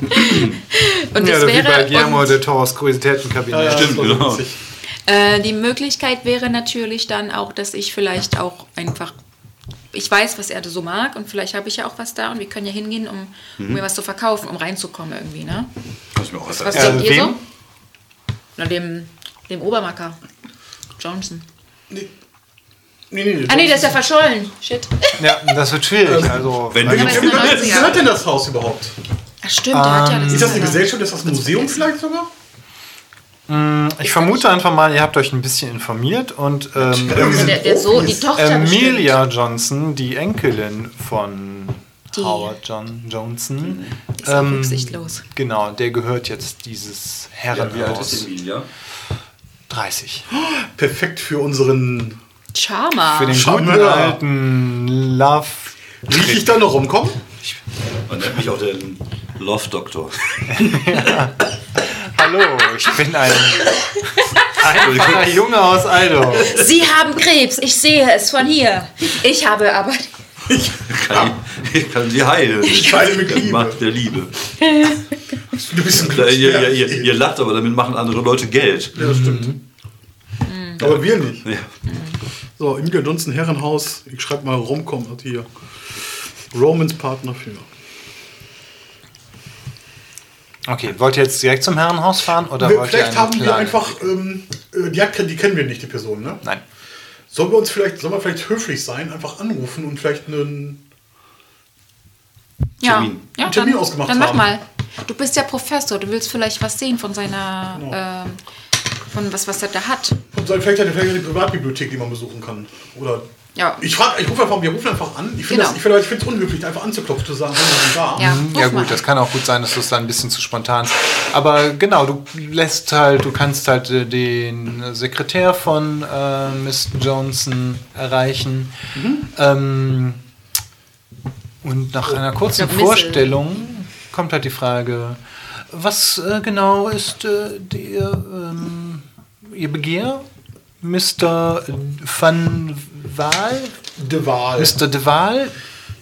C: und
B: Ja,
C: das
B: oder wie bei
C: wäre
B: Guillermo
C: und,
B: de Toros Kuriositätenkabinett.
D: ja. Stimmt,
E: das war
D: genau.
E: witzig.
C: äh, die Möglichkeit wäre natürlich dann auch, dass ich vielleicht auch einfach ich weiß, was er so mag und vielleicht habe ich ja auch was da und wir können ja hingehen, um,
B: Mhm.
C: um mir was zu verkaufen, um reinzukommen irgendwie, ne?
D: Kannst du mir auch was
C: Was
D: sagen?
B: Ja,
C: denkt ihr
B: Äh, wem?
C: so? Na, dem, dem Obermacker. Johnson.
E: Nee. Nee, nee, nee.
C: Ah nee, der ist ja verschollen. Shit.
B: Ja, das wird schwierig. Also,
D: Wenn
C: Aber
D: du
C: es ist eine
E: Wie
C: 90er.
E: gehört denn das Haus überhaupt?
C: Ach stimmt, der hat ja das.
E: Ist das eine
C: ja-
E: Gesellschaft? Ist das ein Museum vielleicht sogar?
B: ich vermute einfach mal, ihr habt euch ein bisschen informiert und ähm,
C: Also der, der so, die Tochter.
B: Amelia Johnson, die Enkelin von
C: Die-
B: Howard John Johnson. Ähm,
C: bestimmt. Ist ja rücksichtslos.
B: Genau, der gehört jetzt dieses
D: Ja, wie alt ist
B: Herrenhaus.
D: Emilia?
B: 30.
C: Ah,
E: Perfekt für unseren.
C: Charmer.
B: Für den guten
E: Charmeur.
B: alten Love.
E: Riech ich da noch rumkommen?
D: Man nennt mich auch den Love Doctor.
B: Hallo, ich bin ein einfacher Junge aus Idaho.
C: Sie haben Krebs, ich sehe es von hier. Ich habe aber.
D: Kann, ich kann sie heilen. Ich
E: heile mit Liebe.
D: Macht der Liebe.
E: Du bist ein
D: Ja, ihr, ihr,
E: Glücksbär.
D: ihr, ihr lacht, aber damit machen andere Leute Geld.
E: Ja, das stimmt. Mhm. Aber wir nicht.
D: Ja.
E: So, Emilia Johnson Herrenhaus. Ich schreibe mal Romcom hat hier. Romans Partner für.
B: Okay, wollt ihr jetzt direkt zum Herrenhaus fahren oder
E: Wir,
B: wollt ihr
E: vielleicht
B: einen
E: haben
B: Plan?
E: wir einfach. Ähm, äh, die, hat, die kennen wir nicht, die Person, ne?
B: Nein.
E: Sollen wir uns vielleicht, sollen wir vielleicht höflich sein, einfach anrufen und vielleicht einen.
C: Ja,
D: Termin.
C: ja
E: Einen Termin
C: dann,
E: ausgemacht
C: dann mach
E: haben.
C: mal. Du bist ja Professor, du willst vielleicht was sehen von seiner. ähm, von was, was er da hat.
E: Und soll- vielleicht hat er vielleicht eine Privatbibliothek, die man besuchen kann. Oder.
C: Ja.
E: Ich, frag, ich rufe einfach, wir rufen einfach an. Ich finde
C: Genau.
E: es genau. find, unhöflich, einfach anzuklopfen, zu sagen, wir sind da.
C: Ja, ruf
B: Ja
C: mal
B: gut, das
C: an.
B: kann auch gut sein, dass das dann ein bisschen zu spontan ist. Aber genau, du lässt halt, du kannst halt äh, den Sekretär von äh, Miss Johnson erreichen. Ähm, und nach einer kurzen
C: Ja, Missel.
B: Vorstellung kommt halt die Frage, was äh, genau ist äh, die, ähm, Ihr Begehr? Mr. Van Waal?
E: De Waal.
B: Mr. De Waal?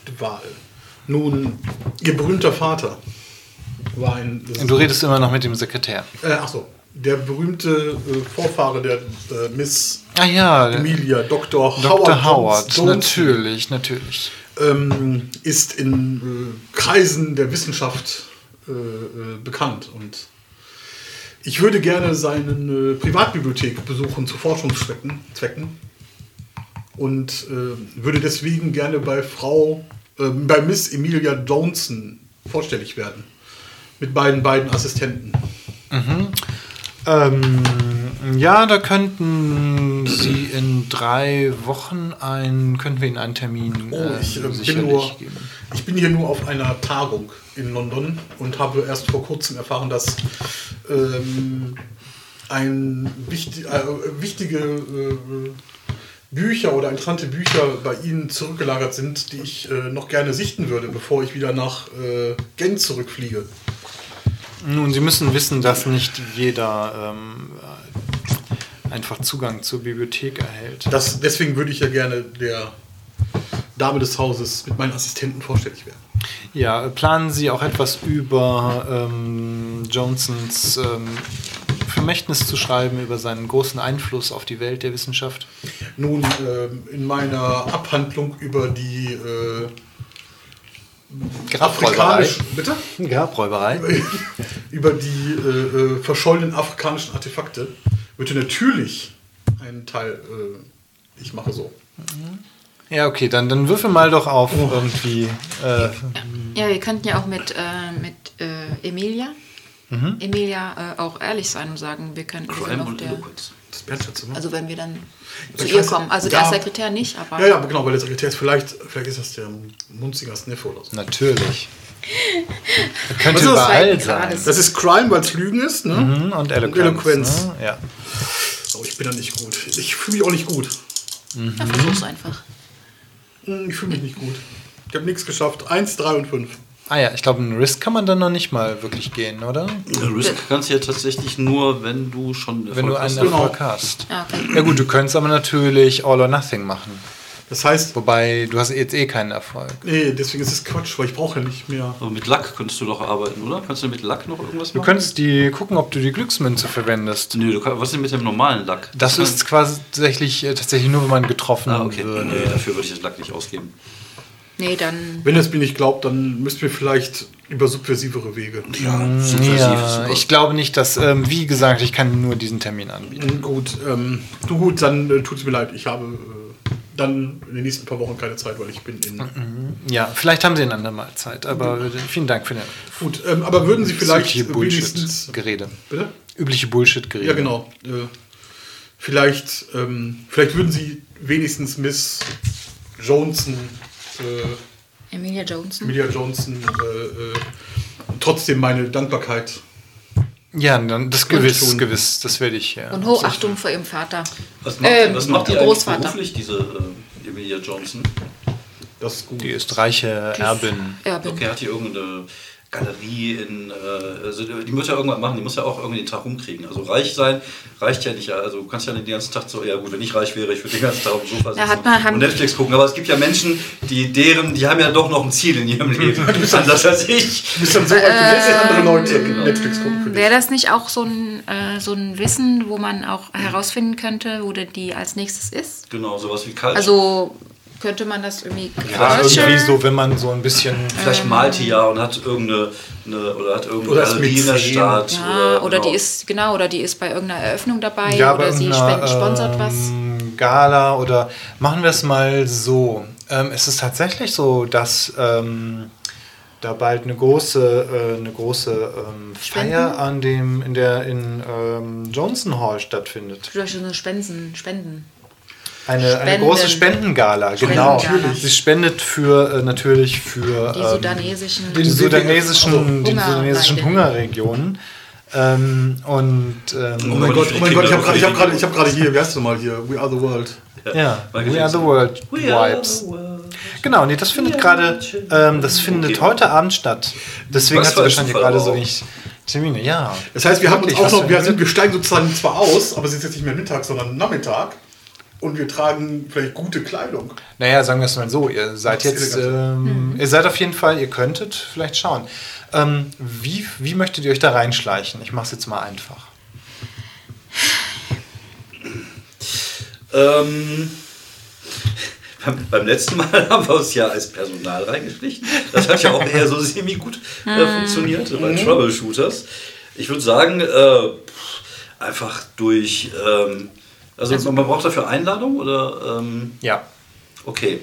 E: De Waal. Nun, ihr berühmter Vater war ein.
B: Und Du redest immer noch mit dem Sekretär.
E: Äh, Achso, der berühmte äh, Vorfahre der äh, Miss
B: Ah ja, der-
E: Amelia, Dr.
B: Dr. Howard,
E: Jones- Jones,
B: natürlich, natürlich.
E: Ähm, ist in äh, Kreisen der Wissenschaft äh, äh, bekannt. Und ich würde gerne seine äh, Privatbibliothek besuchen zu Forschungszwecken Zwecken, und äh, würde deswegen gerne bei Frau, äh, bei Miss Amelia Johnson vorstellig werden. Mit meinen beiden Assistenten.
B: Ähm, ja, da könnten Sie in drei Wochen einen, könnten wir Ihnen einen Termin
E: Oh,
B: äh,
E: ich, äh, bin
B: sicherlich
E: nur,
B: geben.
E: ich bin hier nur auf einer Tagung in London und habe erst vor kurzem erfahren, dass ähm, ein wichtig, äh, wichtige äh, Bücher oder interessante Bücher bei Ihnen zurückgelagert sind, die ich äh, noch gerne sichten würde, bevor ich wieder nach äh, Gent zurückfliege.
B: Nun, Sie müssen wissen, dass nicht jeder ähm, äh, einfach Zugang zur Bibliothek erhält.
E: Das, deswegen würde ich ja gerne der Dame des Hauses mit meinen Assistenten vorstellig werden.
B: Ja, planen Sie auch etwas über ähm, Johnsons ähm, Vermächtnis zu schreiben, über seinen großen Einfluss auf die Welt der Wissenschaft?
E: Nun, ähm, in meiner Abhandlung über die äh, afrikanischen. Bitte?
B: Grabräuberei.
E: über die äh, äh, verschollenen afrikanischen Artefakte würde natürlich einen Teil äh, Ich mache so.
B: Ja, okay, dann, dann würfel mal doch auf irgendwie. Äh,
C: Ja, wir könnten ja auch mit, äh, mit äh, Emilia. Emilia äh, auch ehrlich sein und sagen, wir können wir sind
D: Crime
C: auf
D: und
C: der.
D: Eloquence.
E: Das ist Bernschätzung.
C: Also wenn wir dann zu
E: ich
C: ihr
E: weiß-
C: kommen. Also
E: ja.
C: der Sekretär nicht, aber.
E: ja, ja, aber genau, weil der Sekretär ist vielleicht, vielleicht ist das der Munzingers Neffe oder so.
B: natürlich. Das halt könnte
E: Was ist das
B: überall
C: zweiten
B: sein.
C: Grades?
E: Das ist Crime, weil es Lügen ist, ne?
B: Mhm, Und Eloquenz.
E: Eloquenz.
B: Ne? Ja.
E: Aber ich bin da nicht gut. Ich fühle mich auch nicht gut.
C: Ja, versuch's einfach.
E: Hm, Ich fühle mich nicht gut. Ich habe nichts geschafft. Eins, drei und fünf.
B: Ah ja, ich glaube, einen Risk kann man dann noch nicht mal wirklich gehen, oder?
D: Risk kannst du ja tatsächlich nur, wenn du schon
B: Wenn du
D: Erfolg hast.
B: einen
E: Genau.
B: Erfolg hast.
C: Ja, okay.
B: Ja gut, du könntest aber natürlich All or Nothing machen.
E: Das heißt,
B: Wobei, du hast jetzt eh keinen Erfolg.
E: nee, deswegen ist es Quatsch, weil ich brauche ja nicht mehr.
D: Aber mit Lack könntest du doch arbeiten, oder? Kannst du mit Lack noch irgendwas
B: Du
D: machen?
B: könntest die gucken, ob du die Glücksmünze verwendest.
D: Nö, du kannst, was ist denn mit dem normalen Lack?
B: Das
D: Kann-
B: ist quasi tatsächlich, äh, tatsächlich nur, wenn man getroffen
D: Hm. Ah, okay.
B: würde.
D: Nee, dafür würde ich das Lack nicht ausgeben.
C: Nee, dann.
E: Wenn ihr es mir nicht glaubt, dann müsst ihr vielleicht über subversivere Wege.
D: Ja, subversiv ist
B: Ja,
D: super.
B: ich glaube nicht, dass, ähm, wie gesagt, ich kann nur diesen Termin anbieten.
E: Hm, Gut, ähm, du gut, dann äh, tut es mir leid. Ich habe äh, dann in den nächsten paar Wochen keine Zeit, weil ich bin in.
B: Ja, vielleicht haben sie ein andermal Zeit, aber äh, vielen Dank für den
E: Gut, ähm, aber würden Sie Mhm. vielleicht
B: übliche
E: wenigstens.
B: Bullshit-Gerede.
E: Bitte?
B: Übliche Bullshit-Gerede.
E: Ja, genau. Äh, vielleicht, ähm, vielleicht würden Sie wenigstens Miss Johnson, äh,
C: Emilia Johnson.
E: Emilia Johnson, äh, äh, trotzdem meine Dankbarkeit.
B: Ja, dann, das gewiss,
E: tun.
B: gewiss, das werde ich, ja.
C: Und Hochachtung vor ihrem Vater.
D: Was macht,
C: Ähm,
D: was macht ihr
C: Großvater.
D: eigentlich beruflich, diese äh, Emilia Johnson?
E: Das ist gut.
B: Die ist reiche Erbin.
C: Erbin.
D: Okay, hat die irgendeine Galerie in. Äh, also die muss ja irgendwas machen, die muss ja auch irgendwie den Tag rumkriegen. Also reich sein reicht ja nicht. Also du kannst ja nicht den ganzen Tag so, ja gut, wenn ich reich wäre, ich würde den ganzen Tag auf dem Sofa sitzen
C: hat man- haben-
D: und Netflix gucken. Aber es gibt ja Menschen, die deren, die haben ja doch noch ein Ziel in ihrem Leben. Anders als ich.
E: Du bist dann so alt wie letzte
B: Ähm.
E: andere Leute. Netflix gucken für dich.
C: Wäre das nicht auch so ein, äh, so ein Wissen, wo man auch herausfinden könnte, wo der die als nächstes ist?
D: Genau, sowas wie Culture.
C: Also könnte man das irgendwie.
B: Ja, also irgendwie
C: Culture-
B: so, wenn man so ein bisschen.
C: Äh, ähm,
D: Vielleicht malt die ja und hat irgendeine eine, oder hat irgendeine
E: Oder ist
D: Galerie in der
E: Mäzen.
D: Stadt.
C: Ja, oder
D: genau.
C: die ist, genau, oder die ist bei irgendeiner Eröffnung dabei
B: Ja, bei
C: oder sie
B: irgendeiner,
C: spend, sponsert was.
B: ähm, Gala oder machen wir es mal so. Ähm, es ist tatsächlich so, dass ähm, da bald eine große, äh, eine große ähm, Feier an dem in der in ähm, Johnson Hall stattfindet.
C: Zum Beispiel so Spenden, Spenden.
B: Eine, eine
C: Spenden.
B: große Spendengala, genau.
C: Spendengala.
B: Sie spendet für äh, natürlich für
C: Die
B: ähm,
C: sudanesischen.
B: den sudanesischen,
E: Also,
B: den
C: Hunger-
B: sudanesischen
C: Leiden.
B: Hungerregionen. Ähm, und
E: Oh
B: ähm,
E: mein Gott, oh mein Gott, ich habe gerade ich hab gerade- ich hab gerade hier, wer ist denn mal hier? We are the world.
B: ja,
D: Michael
B: We Are the
D: Jackson.
B: World
D: We are
B: Vibes.
D: the world.
B: Genau, nee, das findet gerade, ähm, das findet
D: Okay.
B: heute Abend statt. Deswegen
D: Was
B: hat sie
D: für ein
B: wahrscheinlich
D: Zufall
B: gerade
D: aber
B: so
D: auch.
B: wenig Termine, ja.
E: Das heißt, wir haben uns
B: Wirklich,
E: auch
B: was
E: noch,
B: für
E: wir,
B: ein
E: sind,
B: Glück.
E: wir steigen sozusagen zwar aus, aber es ist jetzt nicht mehr Mittag, sondern Nachmittag. Und wir tragen vielleicht gute Kleidung.
B: Naja, sagen wir es mal so, ihr seid
E: Das ist
B: jetzt,
C: Mhm.
B: ähm, ihr seid auf jeden Fall, ihr könntet vielleicht schauen. Ähm, wie, wie möchtet ihr euch da reinschleichen? Ich mach's jetzt mal einfach.
D: Ähm, beim, beim letzten Mal haben wir uns ja als Personal reingeschlichen. Das hat ja auch eher so semi-gut äh,
C: Ah.
D: funktioniert bei
C: Mhm.
D: Troubleshooters. Ich würde sagen, äh, einfach durch. Ähm, also, man, man braucht dafür Einladung oder. Ähm,
B: Ja.
D: okay.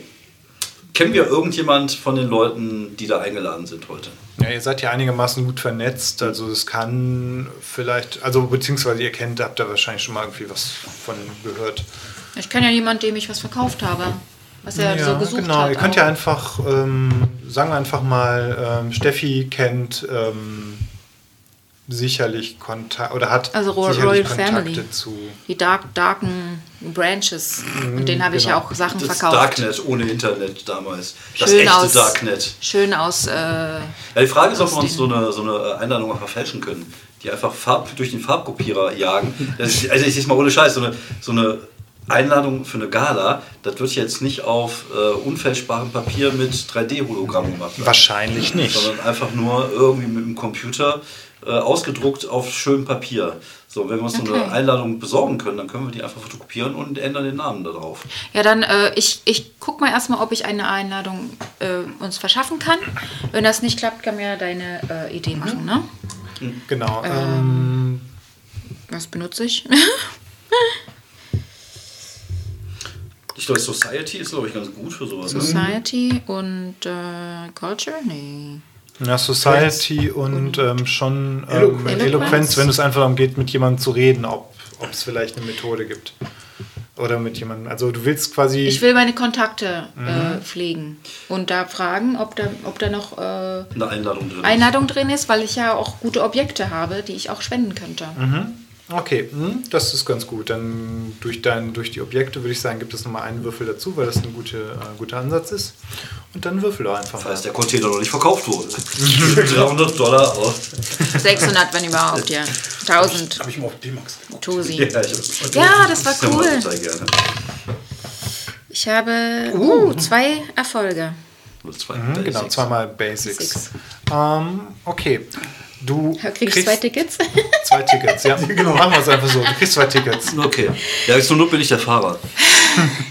D: Kennen wir irgendjemand von den Leuten, die da eingeladen sind heute?
B: Ja, ihr seid ja einigermaßen gut vernetzt, also es kann vielleicht, also beziehungsweise ihr kennt, habt da wahrscheinlich schon mal irgendwie was von gehört.
C: Ich kenne ja jemanden, dem ich was verkauft habe, was er so gesucht
B: genau.
C: hat.
B: Ihr könnt
C: auch.
B: ja einfach, ähm, sagen wir einfach mal, ähm, Steffi kennt ähm, sicherlich Kontakt oder hat
C: Also Royal-
B: sicherlich
C: Royal
B: Kontakte
C: Family.
B: zu.
C: die dark, darken Branches. Und denen habe ich ja
B: genau.
C: auch Sachen
D: Mhm, Das
C: verkauft.
D: Darknet ohne Internet damals. Das
C: Schön
D: echte
C: aus-
D: Darknet.
C: Schön aus. Äh,
D: Ja, die Frage ist, ob wir
C: Aus
D: uns so eine, so eine Einladung auch verfälschen können. Die einfach Farb, durch den Farbkopierer jagen. Das ist, also ich sehe mal ohne Scheiß, so eine, so eine Einladung für eine Gala, das wird jetzt nicht auf äh, unfälschbarem Papier mit 3D-Hologramm gemacht.
B: Wahrscheinlich nicht.
D: Sondern einfach nur irgendwie mit dem Computer äh, ausgedruckt auf schönem Papier. So, wenn wir uns so
C: Okay.
D: eine Einladung besorgen können, dann können wir die einfach fotokopieren und ändern den Namen da drauf.
C: ja, dann, äh, ich, ich guck mal erstmal, ob ich eine Einladung äh, uns verschaffen kann. Wenn das nicht klappt, kann mir ja deine äh,
D: Mhm.
C: Idee machen, ne?
B: Genau. Ähm,
D: Mhm.
C: Was benutze ich?
D: Ich glaube, Society ist, glaube ich, ganz gut für sowas. ne?
C: Society und äh, Culture? Nee.
B: Ja, Society und ähm, schon ähm, Eloquenz,
E: Eloquenz.
B: wenn es einfach darum geht, mit jemandem zu reden, ob es vielleicht eine Methode gibt. Oder mit jemandem. Also du willst quasi.
C: Ich will meine Kontakte äh,
D: Mhm.
C: pflegen und da fragen, ob da, ob da noch äh,
D: Eine Einladung drin.
C: Einladung drin ist, weil ich ja auch gute Objekte habe, die ich auch spenden könnte.
B: okay, hm, das ist ganz gut. Dann durch, dein, durch die Objekte würde ich sagen, gibt es nochmal einen Würfel dazu, weil das ein gute, äh, guter Ansatz ist. Und dann würfel da einfach.
D: Falls der Container noch nicht verkauft wurde. 300 Dollar auf.
C: 600, wenn überhaupt, ja. 1000,
E: Habe ich mal auf D-Max geguckt.
C: Tosi.
D: ich
C: Ja, das war
D: Ja,
C: cool.
D: total gerne.
C: Ich habe uh, zwei Erfolge.
D: Nur zwei
B: Mhm, genau,
D: Basics.
B: zweimal Basics. Ähm, okay. Du
C: Da Kriege ich zwei Tickets?
B: zwei Tickets, ja. genau. Machen wir es einfach so. Du kriegst zwei Tickets.
D: Okay. Ja, zur Not bin ich der Fahrer.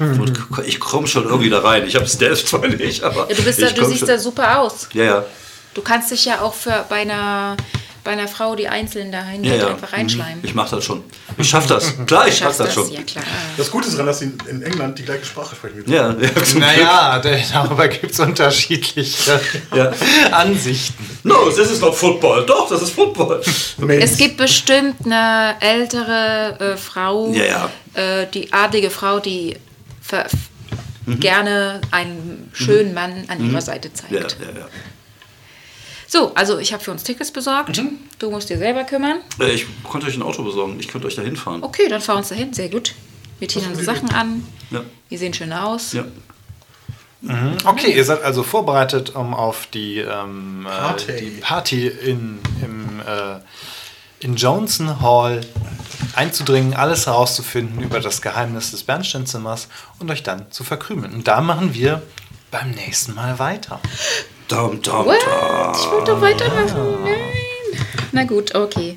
D: Und ich komme schon irgendwie da rein. Ich habe Stealth zwar nicht, aber.
C: Ja, du bist da,
D: ich
C: du
D: komm
C: siehst
D: schon.
C: da super aus.
D: Ja, ja.
C: Du kannst dich ja auch für bei einer, bei einer Frau, die einzeln dahin
D: ja,
C: geht,
D: ja.
C: einfach reinschleimen.
D: Mhm. Ich mache das schon. Ich schaffe das. Klar, ich
C: Du schaffst
D: schaffe das schon.
C: Ja, klar.
E: Das Gute ist daran, dass sie in England die gleiche Sprache sprechen. wie du.
D: Ja, ja, zum
B: Naja, d- darüber gibt es unterschiedliche
D: Ja.
B: Ansichten.
D: Glück. No, das ist not Football. Doch, das ist Football.
C: Es gibt bestimmt eine ältere äh, Frau,
D: Ja, ja. Mhm.
C: Äh, die adlige Frau, die ver gerne einen schönen Mann an ihrer Seite zeigt.
D: Ja, ja, ja.
C: So, also ich habe für uns Tickets besorgt.
D: Mhm.
C: Du musst dir selber kümmern.
D: Äh, Ich konnte euch ein Auto besorgen. Ich könnte euch da hinfahren.
C: Okay, dann fahr uns dahin. Sehr gut. Wir ziehen unsere Sachen an.
D: Ja.
C: Wir sehen schön aus.
D: Ja.
B: Okay, ihr seid also vorbereitet um, auf die, ähm, Party.
E: Party.
B: die Party in, im, äh, in Johnson Hall einzudringen, alles herauszufinden über das Geheimnis des Bernsteinzimmers und euch dann zu verkrümeln. Und da machen wir beim nächsten Mal weiter.
D: Dum, dum,
C: What?
D: dum. Ah.
C: Ich wollte doch weitermachen. Nein. Na gut, okay.